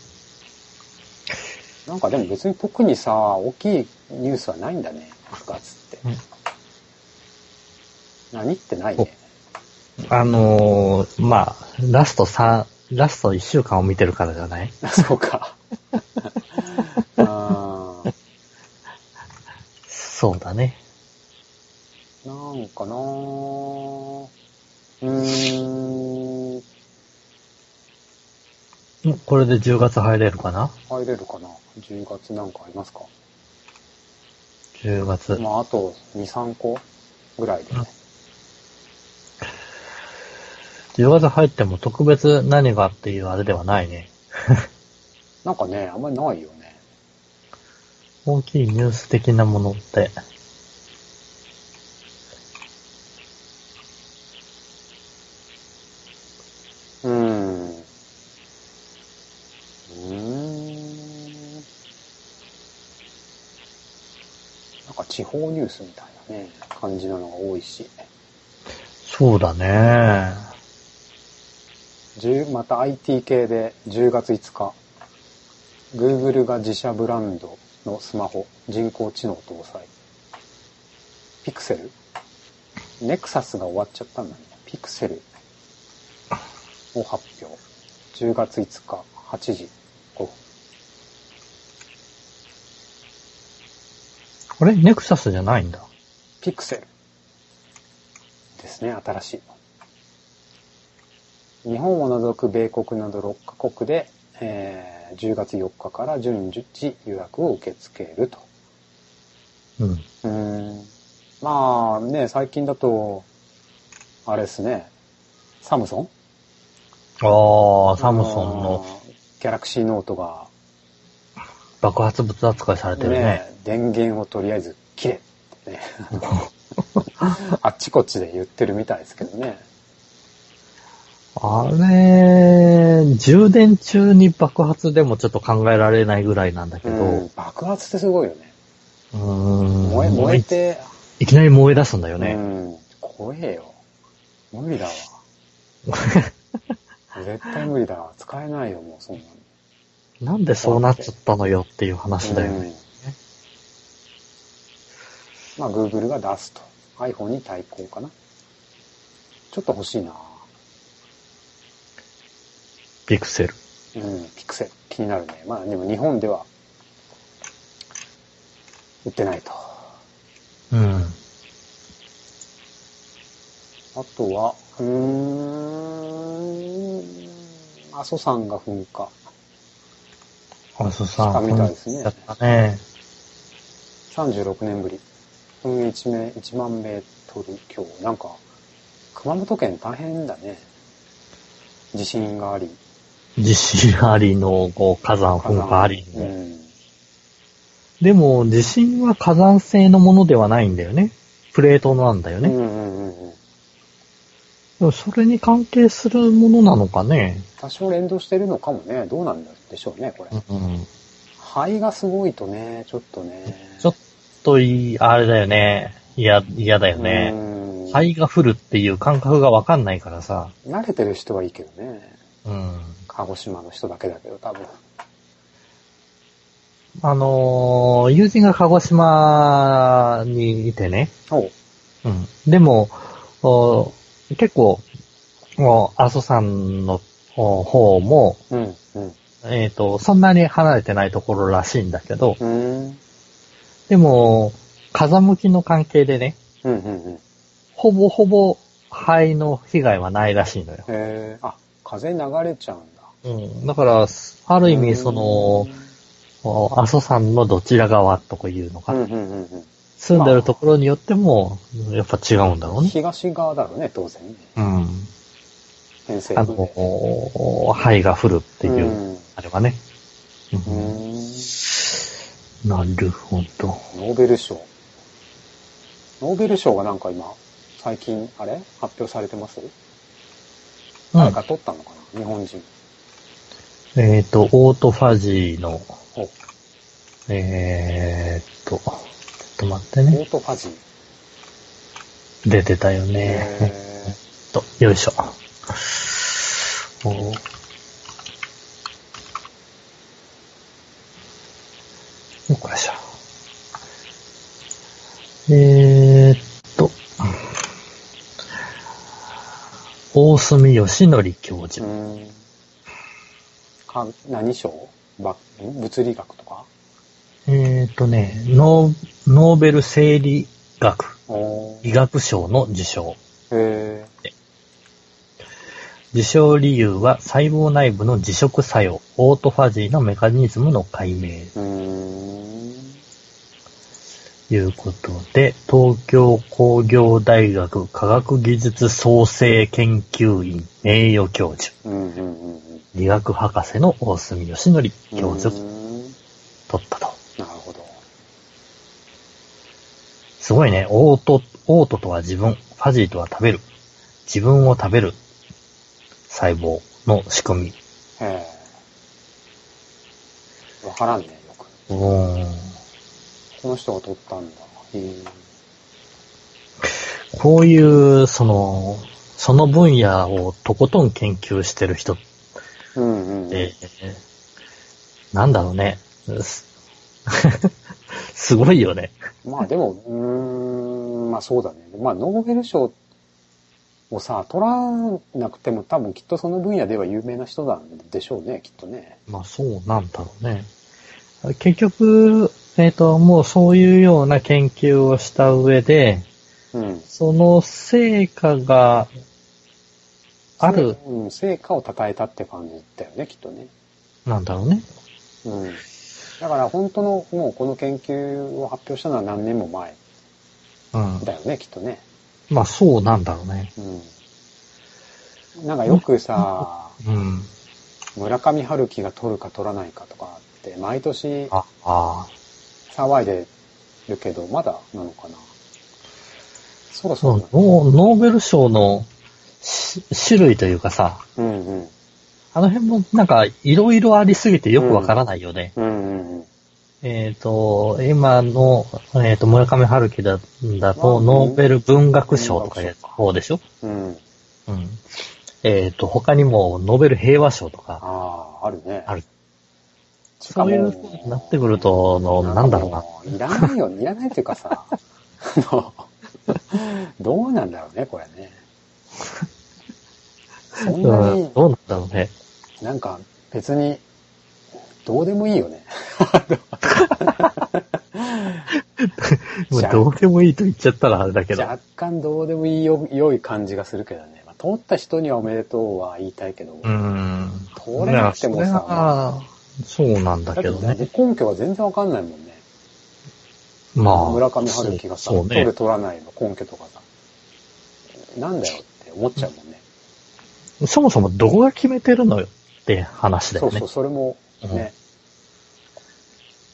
[SPEAKER 1] なんかでも別に特にさ、大きいニュースはないんだね。部活って。
[SPEAKER 2] うん
[SPEAKER 1] 何ってないね。
[SPEAKER 2] あのー、まあ、ラスト3、ラスト1週間を見てるからじゃない
[SPEAKER 1] そうか。あー
[SPEAKER 2] そうだね。
[SPEAKER 1] なんかなぁ。うーん、
[SPEAKER 2] んこれで10月入れるかな
[SPEAKER 1] 入れるかな ?10 月なんかありますか
[SPEAKER 2] ?10 月。
[SPEAKER 1] まあ、あと2、3個ぐらいでね。
[SPEAKER 2] 10月入っても特別何がっていうあれではないね。
[SPEAKER 1] なんかね、あんまりないよね。
[SPEAKER 2] 大きいニュース的なものって。
[SPEAKER 1] うーん。うーん。なんか地方ニュースみたいなね、感じなのが多いし。
[SPEAKER 2] そうだね。
[SPEAKER 1] 10また IT 系で10月5日、Google が自社ブランドのスマホ、人工知能搭載。ピクセル。ネクサスが終わっちゃったんだね。ピクセルを発表。10月5日、8時5分。
[SPEAKER 2] これネクサスじゃないんだ。
[SPEAKER 1] ピクセル。ですね、新しい。日本を除く米国など6カ国で、えー10月4日から順次予約を受け付けると。
[SPEAKER 2] うん。
[SPEAKER 1] うーん。まあね、最近だと、あれですね、サムソン
[SPEAKER 2] ああ、サムソンの。
[SPEAKER 1] あーギャラクシーノートが、
[SPEAKER 2] 爆発物扱いされて
[SPEAKER 1] ね
[SPEAKER 2] るね。
[SPEAKER 1] 電源をとりあえず切れって ね、あっちこっちで言ってるみたいですけどね。
[SPEAKER 2] あれ、充電中に爆発でもちょっと考えられないぐらいなんだけど、
[SPEAKER 1] うん、爆発ってすごいよね。
[SPEAKER 2] うーん
[SPEAKER 1] 燃え、燃えて、
[SPEAKER 2] いきなり燃え出すんだよ
[SPEAKER 1] う
[SPEAKER 2] ね。
[SPEAKER 1] ん、怖えよ。無理だわ。 絶対無理だわ。使えないよ、もう、そんな
[SPEAKER 2] なんでそうなっちゃったのよっていう話だよね。
[SPEAKER 1] ね。まあ Google が出すと。iPhone に対抗かな。ちょっと欲しいな
[SPEAKER 2] ピクセル。
[SPEAKER 1] うん、ピクセル気になるね。まあでも日本では売ってないと。
[SPEAKER 2] うん。
[SPEAKER 1] あとは、うーん、阿蘇山が噴火。
[SPEAKER 2] あ、そうさ
[SPEAKER 1] あ
[SPEAKER 2] ん。
[SPEAKER 1] みたいですね
[SPEAKER 2] やったね。
[SPEAKER 1] 36年ぶり。うん、1名、1万メートル強。なんか、熊本県大変だね。地震があり。
[SPEAKER 2] 地震ありの、こう、火山噴火ありの。
[SPEAKER 1] うん。
[SPEAKER 2] でも、地震は火山性のものではないんだよね。プレートなんだよ
[SPEAKER 1] うん
[SPEAKER 2] ね。
[SPEAKER 1] うんうんうん。
[SPEAKER 2] でもそれに関係するものなのかね。
[SPEAKER 1] 多少連動してるのかもね。どうなんでしょうね、これ。
[SPEAKER 2] うん。
[SPEAKER 1] 肺がすごいとね、ちょっとね。
[SPEAKER 2] ちょっといい、あれだよね。いや、嫌だよ
[SPEAKER 1] う
[SPEAKER 2] ね。
[SPEAKER 1] ん
[SPEAKER 2] 肺が降るっていう感覚がわかんないからさ。
[SPEAKER 1] 慣れてる人はいいけどね。
[SPEAKER 2] うん。
[SPEAKER 1] 鹿児島の人だけだけど、多分。
[SPEAKER 2] あのー友人が鹿児島にいてね。
[SPEAKER 1] おう。
[SPEAKER 2] うん。でも、お結構、お阿蘇山のお方も、
[SPEAKER 1] うん、うん。
[SPEAKER 2] えっ、と、そんなに離れてないところらしいんだけど、
[SPEAKER 1] うん。
[SPEAKER 2] でも、風向きの関係でね、
[SPEAKER 1] うん、うん、うん。
[SPEAKER 2] ほぼほぼ肺の被害はないらしいのよ。
[SPEAKER 1] えー、あ、風流れちゃうんだ。
[SPEAKER 2] うん。だから、
[SPEAKER 1] あ
[SPEAKER 2] ある意味、その、お阿蘇山のどちら側とかいうのか
[SPEAKER 1] うん、う
[SPEAKER 2] な、
[SPEAKER 1] ん、うん、
[SPEAKER 2] 住んでるところによっても、やっぱ違うんだろ
[SPEAKER 1] う。
[SPEAKER 2] うんね。
[SPEAKER 1] 東側だろうね、当然。
[SPEAKER 2] うん。
[SPEAKER 1] 偏西
[SPEAKER 2] あ
[SPEAKER 1] 風
[SPEAKER 2] の、
[SPEAKER 1] で。
[SPEAKER 2] お肺が降るっていう、
[SPEAKER 1] うん
[SPEAKER 2] あれはね。
[SPEAKER 1] う
[SPEAKER 2] うん
[SPEAKER 1] ーん
[SPEAKER 2] なるほど。
[SPEAKER 1] ノーベル賞。ノーベル賞がなんか今、最近、あれ発表されてます誰か取ったのかな日本人。
[SPEAKER 2] えっ、と、オートファジーの、
[SPEAKER 1] おオ
[SPEAKER 2] えー、っと、ちょっと待ってね。
[SPEAKER 1] ートファジー。
[SPEAKER 2] 出てたよね。え
[SPEAKER 1] えー
[SPEAKER 2] っと、よいしょ。およっこいしょ。えー、っと、大隅義則教
[SPEAKER 1] う
[SPEAKER 2] 授。
[SPEAKER 1] ーん。か、何賞ば、ん物理学とか
[SPEAKER 2] えー、っとね、ノー、ノーベル生理学
[SPEAKER 1] お
[SPEAKER 2] 医
[SPEAKER 1] ー。
[SPEAKER 2] 学賞の受賞。
[SPEAKER 1] へ
[SPEAKER 2] 受賞理由は細胞内部の自食作用、オートファジーのメカニズムの解明
[SPEAKER 1] ー。うーん。
[SPEAKER 2] ということで、東京工業大学科学技術創生研究院名誉教授、
[SPEAKER 1] うんうんうんうん。
[SPEAKER 2] 理学博士の大隅義則教
[SPEAKER 1] う
[SPEAKER 2] 授
[SPEAKER 1] ーん
[SPEAKER 2] とったと。
[SPEAKER 1] なるほど。
[SPEAKER 2] すごいね。オート、オートとは自分、ファジーとは食べる。自分を食べる細胞の仕組み。
[SPEAKER 1] へえ。わからんね、よく。
[SPEAKER 2] うーん。
[SPEAKER 1] この人が取ったんだ。へー
[SPEAKER 2] こういう、その、その分野をとことん研究してる人っ
[SPEAKER 1] うんうんうん。
[SPEAKER 2] て、なんだろうね。 すすごいよね。
[SPEAKER 1] まあでも、うーん、まあそうだね。まあノーベル賞をさ、取らなくても多分きっとその分野では有名な人なんでしょうね、きっとね。
[SPEAKER 2] まあそうなんだろうね。結局、えっ、と、もうそういうような研究をした上で、
[SPEAKER 1] うん。
[SPEAKER 2] その成果がある、
[SPEAKER 1] うん、成果を称えたって感じだよね、きっとね。
[SPEAKER 2] なんだろうね。
[SPEAKER 1] うん。だから本当の、もうこの研究を発表したのは何年も前
[SPEAKER 2] うん。
[SPEAKER 1] だよね、きっとね。
[SPEAKER 2] まあそうなんだろうね。
[SPEAKER 1] うん。なんかよくさ、
[SPEAKER 2] うん。
[SPEAKER 1] 村上春樹が取るか取らないかとかって、毎年
[SPEAKER 2] あ、あ
[SPEAKER 1] 騒いでるけど、まだなのかな。そろそ
[SPEAKER 2] そう
[SPEAKER 1] ろ
[SPEAKER 2] ノー、ノーベル賞のし種類というかさ、
[SPEAKER 1] うんうん。
[SPEAKER 2] あの辺もなんかいろいろありすぎてよくわからないよね。
[SPEAKER 1] うんうんうん。
[SPEAKER 2] えっ、と、今の、えっ、と、村上春樹だだと、
[SPEAKER 1] うん
[SPEAKER 2] ノーベル文学賞とかいう方でしょ
[SPEAKER 1] うん。
[SPEAKER 2] うん。えっ、と、他にもノーベル平和賞とか
[SPEAKER 1] ああ、あるね。
[SPEAKER 2] ある。
[SPEAKER 1] しか
[SPEAKER 2] そ
[SPEAKER 1] も
[SPEAKER 2] ういう風になってくると、の、なんだろうな。
[SPEAKER 1] いらないよ、いらないっていうかさ、あのどうなんだろうね、これね。そんな
[SPEAKER 2] うん
[SPEAKER 1] に、
[SPEAKER 2] どうなんだろうね。
[SPEAKER 1] なんか別に、どうでもいいよね。
[SPEAKER 2] もう
[SPEAKER 1] じゃあ
[SPEAKER 2] どうでもいいと言っちゃったらあれだけど。
[SPEAKER 1] 若干どうでもいいよ、良い感じがするけどね。まあ、通った人にはおめでとうは言いたいけど、
[SPEAKER 2] うん。
[SPEAKER 1] 通れなくてもさ
[SPEAKER 2] いやそれはそうなんだ
[SPEAKER 1] だけ
[SPEAKER 2] け
[SPEAKER 1] ど
[SPEAKER 2] どね。
[SPEAKER 1] 根拠は全然わかんないもんね。
[SPEAKER 2] まあ。
[SPEAKER 1] 村上春樹がさ、
[SPEAKER 2] そうそう
[SPEAKER 1] 取
[SPEAKER 2] ね
[SPEAKER 1] る。取らないの根拠とかさ、なんだよって思っちゃうもんね。
[SPEAKER 2] そもそもどこが決めてるのよって話だ
[SPEAKER 1] そ
[SPEAKER 2] よ
[SPEAKER 1] う
[SPEAKER 2] ね
[SPEAKER 1] そう、。それもね、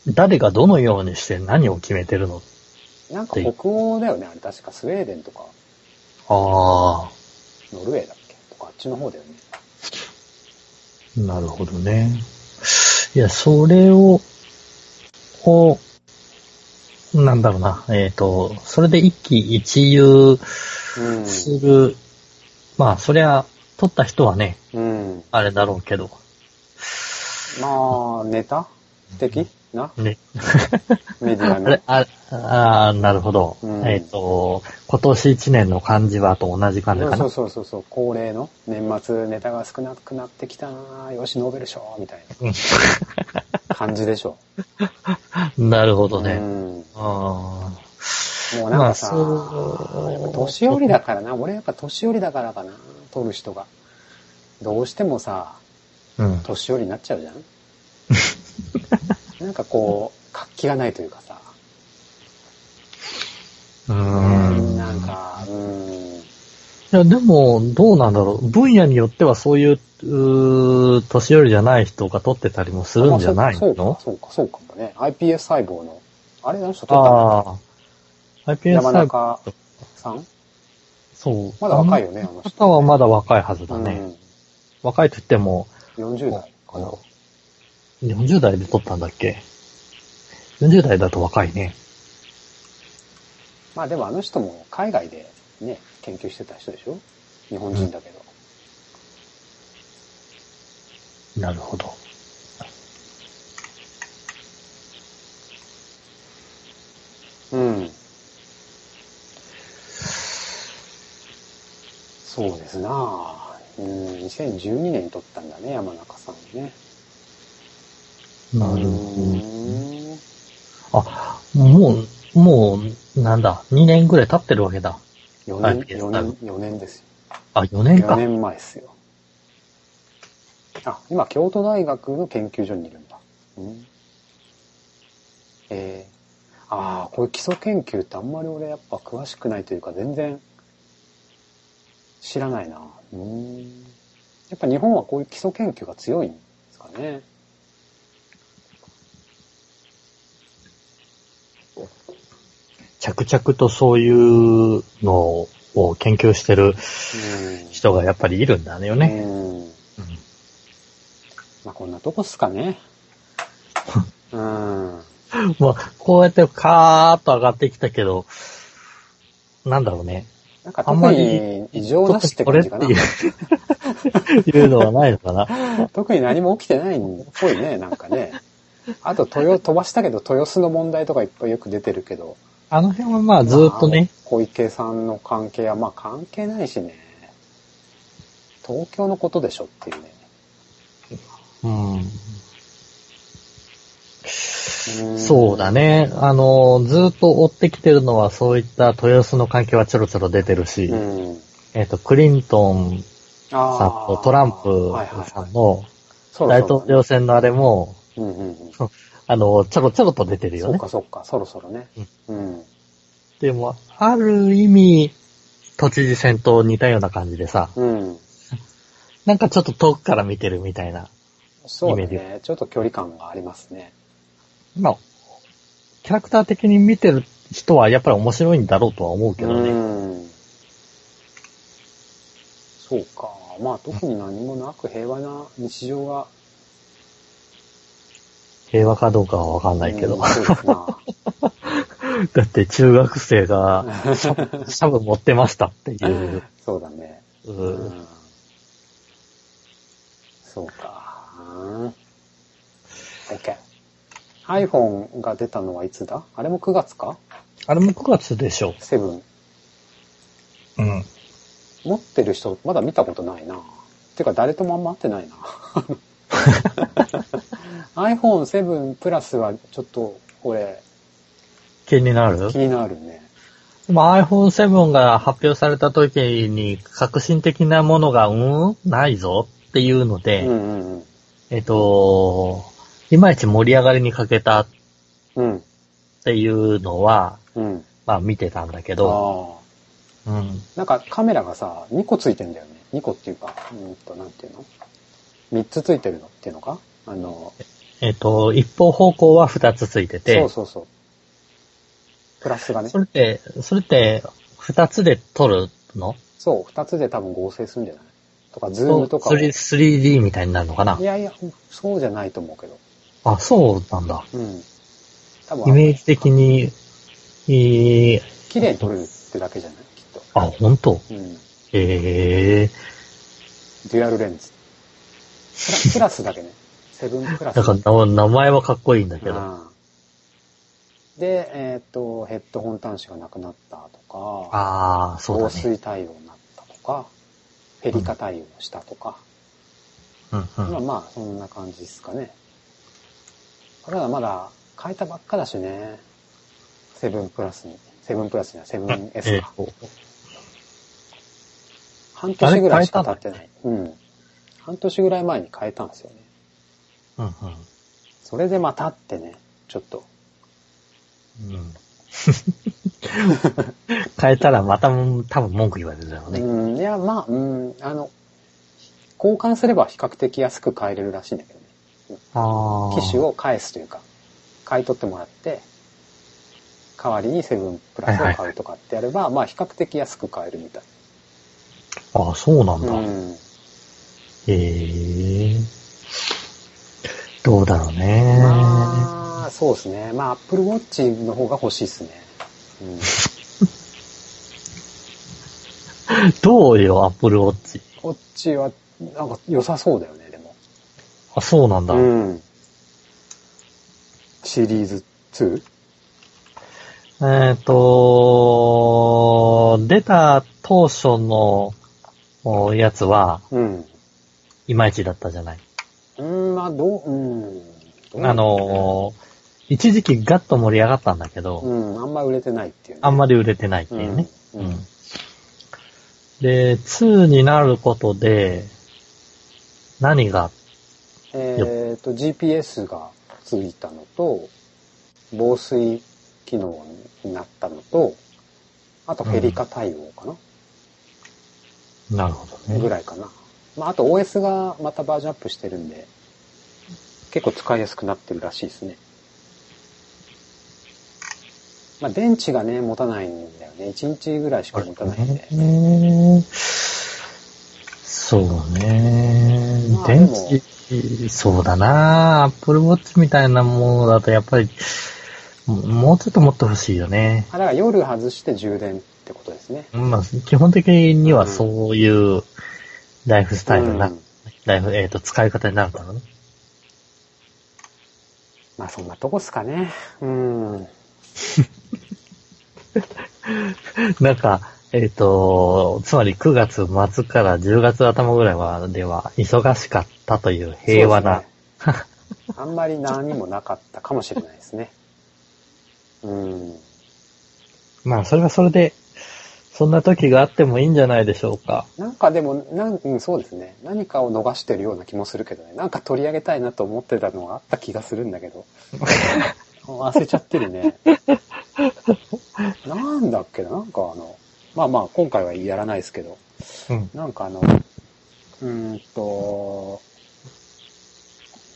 [SPEAKER 2] 誰がどのようにして何を決めてるの
[SPEAKER 1] なんか北欧だよね、あれ確かスウェーデンとか、
[SPEAKER 2] ああ。
[SPEAKER 1] ノルウェーだっけとかあっちの方だよね。
[SPEAKER 2] なるほどね。いや、それを、を、なんだろうな、えっ、と、それで一喜一憂する、まあ、そりゃ、取った人はね、
[SPEAKER 1] うん。うん。
[SPEAKER 2] あれだろうけど、
[SPEAKER 1] まあ、ネタ的な
[SPEAKER 2] ね。
[SPEAKER 1] メディア
[SPEAKER 2] あ
[SPEAKER 1] の
[SPEAKER 2] れ。、ああー、なるほど。
[SPEAKER 1] うん
[SPEAKER 2] えっ、と、今年一年の漢字はと同じ漢字かな。
[SPEAKER 1] そうそうそうそう、恒例の年末ネタが少なくなってきたなぁよし、ノーベル賞みたい
[SPEAKER 2] うん
[SPEAKER 1] な 感じでしょ。
[SPEAKER 2] なるほど
[SPEAKER 1] う
[SPEAKER 2] ね。
[SPEAKER 1] ん。
[SPEAKER 2] ああ。
[SPEAKER 1] もうなんかさ、
[SPEAKER 2] まあ
[SPEAKER 1] やっぱ年寄りだからな、俺やっぱ年寄りだからかな、取る人が。どうしてもさ、
[SPEAKER 2] うん。
[SPEAKER 1] 年寄りになっちゃ うじゃんなんかこう、活気がないというかさ、
[SPEAKER 2] う
[SPEAKER 1] うん
[SPEAKER 2] ん。
[SPEAKER 1] なんか、うん、
[SPEAKER 2] いや、でも、どうなんだろう。分野によってはそういう、うー年寄りじゃない人が取ってたりもするんじゃない
[SPEAKER 1] あまあそう
[SPEAKER 2] の
[SPEAKER 1] そうか、そうかもね。iPS 細胞の、あれ何人取ったの
[SPEAKER 2] ああ。iPS
[SPEAKER 1] 山
[SPEAKER 2] 細胞、
[SPEAKER 1] 中さん
[SPEAKER 2] そう。
[SPEAKER 1] まだ若いよね
[SPEAKER 2] あ
[SPEAKER 1] あの
[SPEAKER 2] の
[SPEAKER 1] 人
[SPEAKER 2] 方はまだ若いはずだね。若いと言っても、
[SPEAKER 1] うん、40代かな。
[SPEAKER 2] 40代で取ったんだっけ ?40 代だと若いね。
[SPEAKER 1] まあでもあの人も海外でね、研究してた人でしょ日本人だけど。
[SPEAKER 2] なるほど。
[SPEAKER 1] うん。そうですなあうん、2012年に撮ったんだね、山中さんね。
[SPEAKER 2] なる
[SPEAKER 1] う
[SPEAKER 2] ほど。
[SPEAKER 1] ーん
[SPEAKER 2] あ、もう、もう、なんだ、2年ぐらい経ってるわけだ。
[SPEAKER 1] 4
[SPEAKER 2] はい
[SPEAKER 1] 年、4年、4年ですよ。
[SPEAKER 2] あ、4年
[SPEAKER 1] 4
[SPEAKER 2] か。
[SPEAKER 1] 年前ですよ。あ、今、京都大学の研究所にいるんだ。うん、えー、ああ、こういう基礎研究ってあんまり俺やっぱ詳しくないというか全然知らないな。うん、やっぱ日本はこういう基礎研究が強いんですかね。
[SPEAKER 2] 着々とそういうのを研究してる人がやっぱりいるんだよ
[SPEAKER 1] うん。
[SPEAKER 2] ね。
[SPEAKER 1] うん。
[SPEAKER 2] うん
[SPEAKER 1] まあこんなとこっすか ね。うん。
[SPEAKER 2] まあ、こうやってカーッと上がってきたけど、なんだろうね。
[SPEAKER 1] なんか
[SPEAKER 2] あんま
[SPEAKER 1] 特
[SPEAKER 2] り
[SPEAKER 1] に異常なしって感じかな
[SPEAKER 2] こ。れっていういうのはないのかな。
[SPEAKER 1] 特に何も起きてないっぽいね、なんかね。あと、豊、飛ばしたけど、豊洲の問題とかいっぱいよく出てるけど。
[SPEAKER 2] あの辺はまあずーっとね、
[SPEAKER 1] まあ。小池さんの関係は、まあ関係ないしね。東京のことでしょっていうね。
[SPEAKER 2] うん、
[SPEAKER 1] ーん
[SPEAKER 2] そうだ。ね。あの、ずーっと追ってきてるのはそういった豊洲の関係はちょろちょろ出てるし、
[SPEAKER 1] うん。
[SPEAKER 2] えっ、と、クリントン
[SPEAKER 1] あ
[SPEAKER 2] さんとトランプ
[SPEAKER 1] はいはい
[SPEAKER 2] さ
[SPEAKER 1] はい
[SPEAKER 2] んの
[SPEAKER 1] そろ
[SPEAKER 2] 大
[SPEAKER 1] そろ
[SPEAKER 2] 統領選のあれも、
[SPEAKER 1] うんうんうん。
[SPEAKER 2] あの、ちょろちょろと出てるよ
[SPEAKER 1] そう
[SPEAKER 2] ね
[SPEAKER 1] か。そうか、そろそろね。うん。
[SPEAKER 2] でも、ある意味、都知事選と似たような感じでさ、
[SPEAKER 1] うん。
[SPEAKER 2] なんかちょっと遠くから見てるみたいな。
[SPEAKER 1] そうだ
[SPEAKER 2] イメー
[SPEAKER 1] ね。ちょっと距離感がありますね。
[SPEAKER 2] まあ、キャラクター的に見てる人はやっぱり面白いんだろうとは思うけど
[SPEAKER 1] う
[SPEAKER 2] ね。
[SPEAKER 1] ん。そうか。まあ特に何もなく平和な日常が。
[SPEAKER 2] 平和かどうかはわかんないけど
[SPEAKER 1] うん。そうですな。
[SPEAKER 2] だって中学 生がシャブ、シャブ持ってましたっていう。
[SPEAKER 1] そうだね。
[SPEAKER 2] う
[SPEAKER 1] うんんそうか。OK。iPhone が出たのはいつだあれも9月か
[SPEAKER 2] あれも9月でしょ
[SPEAKER 1] セブン。
[SPEAKER 2] う。うん。
[SPEAKER 1] 持ってる人、まだ見たことないな。てか、誰ともあんま会ってない な。iPhone7 プラスはちょっと、これ、
[SPEAKER 2] 気になる
[SPEAKER 1] 気になるね。
[SPEAKER 2] まあ iPhone7 が発表された時に革新的なものが、うんないぞっていうの
[SPEAKER 1] う
[SPEAKER 2] で、
[SPEAKER 1] んうんうん。
[SPEAKER 2] えっと、いまいち盛り上がりに欠けたっ
[SPEAKER 1] うん。
[SPEAKER 2] ていうのは、
[SPEAKER 1] うん。
[SPEAKER 2] まあ見てたんだけど、
[SPEAKER 1] ああ。
[SPEAKER 2] うん。
[SPEAKER 1] なんかカメラがさ、2個ついてんだよね。2個っていうか、うーんと、なんていうの ?3 つついてるのっていうのかあの、
[SPEAKER 2] えっと、一方方向は二つついてて、
[SPEAKER 1] そうそうそう。プラスがね
[SPEAKER 2] そ。れって、それって、二つで撮るの
[SPEAKER 1] そう、2つで多分合成するんじゃないとか、ズームとかを。
[SPEAKER 2] それ 3D みたいになるのかない
[SPEAKER 1] やいや、そうじゃないと思うけど。
[SPEAKER 2] あ、そうなんだ。
[SPEAKER 1] うん。多
[SPEAKER 2] イ
[SPEAKER 1] 分、
[SPEAKER 2] メージ的に、えー、
[SPEAKER 1] 綺麗に撮れるってだけじゃないきっと。
[SPEAKER 2] あ、ほんと
[SPEAKER 1] うん。デ
[SPEAKER 2] ええ
[SPEAKER 1] ュアルレンズ。プラプラスだけね。セブンプラ
[SPEAKER 2] ー、
[SPEAKER 1] ス。
[SPEAKER 2] だから名前はかっこいいんだけ
[SPEAKER 1] う
[SPEAKER 2] ど。
[SPEAKER 1] んで、えっ、と、ヘッドホン端子がなくなったとか、
[SPEAKER 2] ああ、そ
[SPEAKER 1] 防
[SPEAKER 2] うだね。
[SPEAKER 1] 水対応になったとか、ペリカ対応したとか、
[SPEAKER 2] うんう
[SPEAKER 1] まあ
[SPEAKER 2] ん。
[SPEAKER 1] まあ、そんな感じですかね。ただまだ変えたばっかだしね。セブンプラスに。セブンプラスにはセブン
[SPEAKER 2] え
[SPEAKER 1] S
[SPEAKER 2] っ
[SPEAKER 1] か。
[SPEAKER 2] と、
[SPEAKER 1] 半年ぐらいしか経ってない。うん。半年ぐらい前に変えたんですよね。
[SPEAKER 2] うんうん。
[SPEAKER 1] それでまたってね、ちょっと。
[SPEAKER 2] うん、 変えたらまた多分文句言われるだろうね。
[SPEAKER 1] うん、いや、まあ、うん、あの、交換すれば比較的安く買えれるらしいんだけどね。
[SPEAKER 2] ああ。
[SPEAKER 1] 機種を返すというか、買い取ってもらって、代わりにセブンプラスを買うとかってやれば、まあ比較的安く買えるみたい。
[SPEAKER 2] ああ、そうなんだ。
[SPEAKER 1] うん。
[SPEAKER 2] ええー。どうだろうね。
[SPEAKER 1] まあ、そうですね。まあ Apple Watch の方が欲しいですね。うん。
[SPEAKER 2] どうよ、Apple Watch。
[SPEAKER 1] こっちは、なんか良さそうだよね、でも。
[SPEAKER 2] あ、そうなんだ。
[SPEAKER 1] うん。シリーズ 2?
[SPEAKER 2] えっ、と、出た当初のおやつは、
[SPEAKER 1] うん。
[SPEAKER 2] いまいちだったじゃない。
[SPEAKER 1] うん、まあ、どう、うん。どう
[SPEAKER 2] あ、の、一時期ガッと盛り上がったんだけど、
[SPEAKER 1] うん、あんま売れてないっていう、ね。
[SPEAKER 2] あん
[SPEAKER 1] ま
[SPEAKER 2] まり売れてないっていうね。
[SPEAKER 1] うん。
[SPEAKER 2] うんで、2になることで、何が、
[SPEAKER 1] えっと、GPS がついたのと、防水機能になったのと、あと、フェリカ対応かな、
[SPEAKER 2] なるほど
[SPEAKER 1] ぐ
[SPEAKER 2] ね。
[SPEAKER 1] らいかな。まあ、あと OS がまたバージョンアップしてるんで、結構使いやすくなってるらしいですね。まあ、電池がね、持たないんだよね。1日ぐらいしか持たないんで。
[SPEAKER 2] ねそうね
[SPEAKER 1] ま。あで
[SPEAKER 2] 電
[SPEAKER 1] も
[SPEAKER 2] 池、そうだな。Apple Watch みたいなものだとやっぱり、ももうちょっと持ってほしいよね。
[SPEAKER 1] あ、だから夜外して充電ってことですね。
[SPEAKER 2] まあ、基本的にはそういうライフスタイルにな、
[SPEAKER 1] うん
[SPEAKER 2] ライフ、えっ、と、使い方になるからね。
[SPEAKER 1] まあそんなとこっすかね。うん。
[SPEAKER 2] なんか、えっ、と、つまり9月末から10月頭ぐらいは、では、忙しかったという平和な、
[SPEAKER 1] そうですね。あんまり何もなかったかもしれないですね。うん。
[SPEAKER 2] まあ、それはそれで、そんな時があってもいいんじゃないでしょうか。
[SPEAKER 1] なんかでも、なん、うん、そうですね。何かを逃してるような気もするけどね。なんか取り上げたいなと思ってたのがあった気がするんだけど。忘れちゃってるね。なんだっけな、なんかあの、まあまあ、今回はやらないですけど、
[SPEAKER 2] うん。
[SPEAKER 1] なんかあの、うーんと、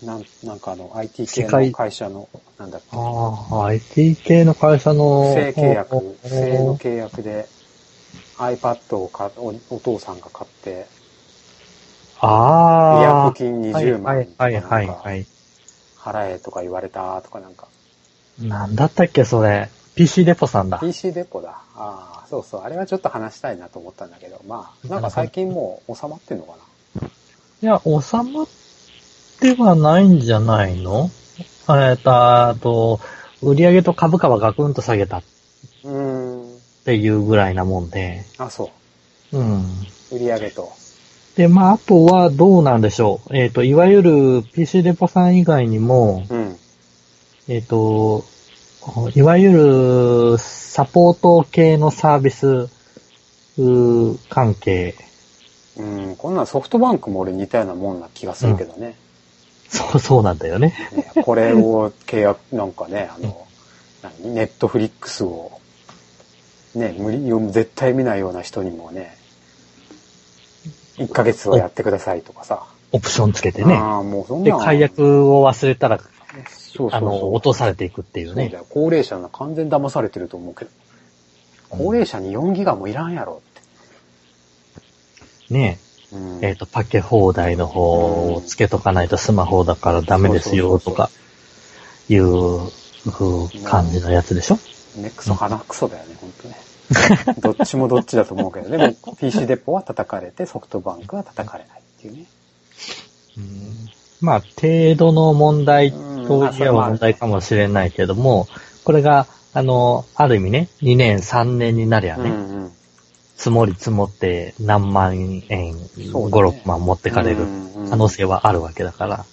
[SPEAKER 1] なん、なんかあの、IT 系の会社の、なんだっけ、
[SPEAKER 2] ああ、IT 系の会社
[SPEAKER 1] 不
[SPEAKER 2] の、
[SPEAKER 1] 正契約
[SPEAKER 2] お、
[SPEAKER 1] 不正の契約で iPad をかおお父さんが買って、違
[SPEAKER 2] ああ、
[SPEAKER 1] 約金20
[SPEAKER 2] は
[SPEAKER 1] 万
[SPEAKER 2] い、はい、はい、はい。
[SPEAKER 1] 払えとか言われたとかなんか、
[SPEAKER 2] なんだったっけ、それ。PC デポさんだ。
[SPEAKER 1] PC デポだ。ああ、そうそう、あれはちょっと話したいなと思ったんだけど、まあ、なんか最近もう収まってんのか
[SPEAKER 2] いや、収まってはないんじゃないのえっと、あと、売上と株価はガクンと下げたっ
[SPEAKER 1] うん。
[SPEAKER 2] ていうぐらいなもんで。
[SPEAKER 1] あ、そ
[SPEAKER 2] うん。
[SPEAKER 1] う。売り上げと。
[SPEAKER 2] で、まあ、あとはどうなんでしょう。えっ、と、いわゆる PC デポさん以外にも、
[SPEAKER 1] うん。
[SPEAKER 2] えっ、と、いわゆるサポート系のサービスうー関係。
[SPEAKER 1] うん。こんなんソフトバンクも俺似たようなもんな気がするけどね。
[SPEAKER 2] そう、そうなんだよね。
[SPEAKER 1] ねこれを契約、なんかね、あの、何ネットフリックスを、ね、無理、絶対見ないような人にもね、1ヶ月はやってくださいとかさ。
[SPEAKER 2] オプションつけてね。
[SPEAKER 1] ああ、もうそん
[SPEAKER 2] で、
[SPEAKER 1] なん。
[SPEAKER 2] 解約を忘れたら、
[SPEAKER 1] そうそうそう。
[SPEAKER 2] あの、落とされていくっていう
[SPEAKER 1] そう
[SPEAKER 2] ね
[SPEAKER 1] だ。よ。高齢者な完全騙されてると思うけど。高齢者に4ギガもいらんやろ
[SPEAKER 2] ね
[SPEAKER 1] って。うん
[SPEAKER 2] えっ、と、パケ放題の方をつけとかないとスマホだからダメですよとか、いううん感じのやつでしょ
[SPEAKER 1] ね、クソ、鼻クソだよね、ほんとね。 どっちもどっちだと思うけど、でも PC デポは叩かれて、ソフトバンクは叩かれないっていうね。
[SPEAKER 2] うんまあ、程度の問題
[SPEAKER 1] うん
[SPEAKER 2] と
[SPEAKER 1] あそ
[SPEAKER 2] い
[SPEAKER 1] れ
[SPEAKER 2] え
[SPEAKER 1] もあ
[SPEAKER 2] ば
[SPEAKER 1] る
[SPEAKER 2] 問題かもしれないけども、これが、あの、ある意味ね、2年、3年になりゃ
[SPEAKER 1] う
[SPEAKER 2] ね、
[SPEAKER 1] んうん。
[SPEAKER 2] 積もり積もって何万円、
[SPEAKER 1] そう
[SPEAKER 2] 5、
[SPEAKER 1] だね
[SPEAKER 2] 6万持ってかれる
[SPEAKER 1] うんうん
[SPEAKER 2] 可能性はあるわけだから。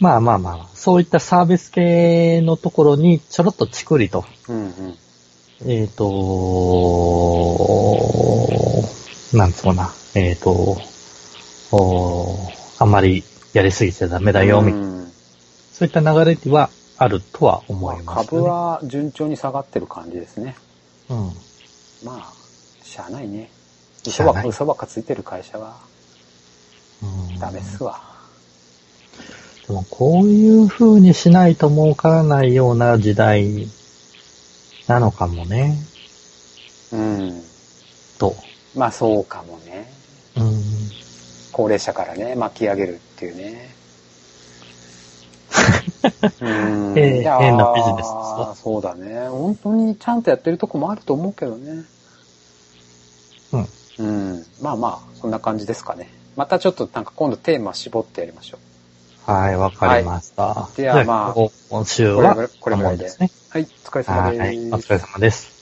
[SPEAKER 2] まあまあまあ、そういったサービス系のところにちょろっとチクリと、
[SPEAKER 1] うんうん。
[SPEAKER 2] えっ、と、なんつうのかな、えっ、と、おあんまりやりすぎちゃダメだよ、みたいな
[SPEAKER 1] うん
[SPEAKER 2] そういった流れはあるとは思
[SPEAKER 1] ま
[SPEAKER 2] いま
[SPEAKER 1] あ
[SPEAKER 2] す、ね。
[SPEAKER 1] 株は順調に下がってる感じですね。
[SPEAKER 2] うん。
[SPEAKER 1] まあ、しゃあないね。
[SPEAKER 2] し
[SPEAKER 1] 嘘
[SPEAKER 2] ゃあ
[SPEAKER 1] ば
[SPEAKER 2] ない
[SPEAKER 1] 嘘ばっかついてる会社は
[SPEAKER 2] うん。
[SPEAKER 1] ダメっすわ。
[SPEAKER 2] でもこういう風にしないと儲からないような時代なのかもね、
[SPEAKER 1] うん。
[SPEAKER 2] と。
[SPEAKER 1] まあそうかもね。
[SPEAKER 2] うん。
[SPEAKER 1] 高齢者からね、巻き上げるっていう ね。うん
[SPEAKER 2] え
[SPEAKER 1] い
[SPEAKER 2] え
[SPEAKER 1] やー
[SPEAKER 2] 変なビジネスですわ
[SPEAKER 1] そうだね。本当にちゃんとやってるとこもあると思うけどね。
[SPEAKER 2] うん。
[SPEAKER 1] うん。まあまあ、そんな感じですかね。またちょっとなんか今度テーマ絞ってやりましょ
[SPEAKER 2] はい、わかりました。
[SPEAKER 1] いではまあ
[SPEAKER 2] 今週
[SPEAKER 1] う。これぐ
[SPEAKER 2] は
[SPEAKER 1] らいこれぐらいで。
[SPEAKER 2] ですね。
[SPEAKER 1] はい、お疲れ様
[SPEAKER 2] は
[SPEAKER 1] です。
[SPEAKER 2] い、お疲れ様です。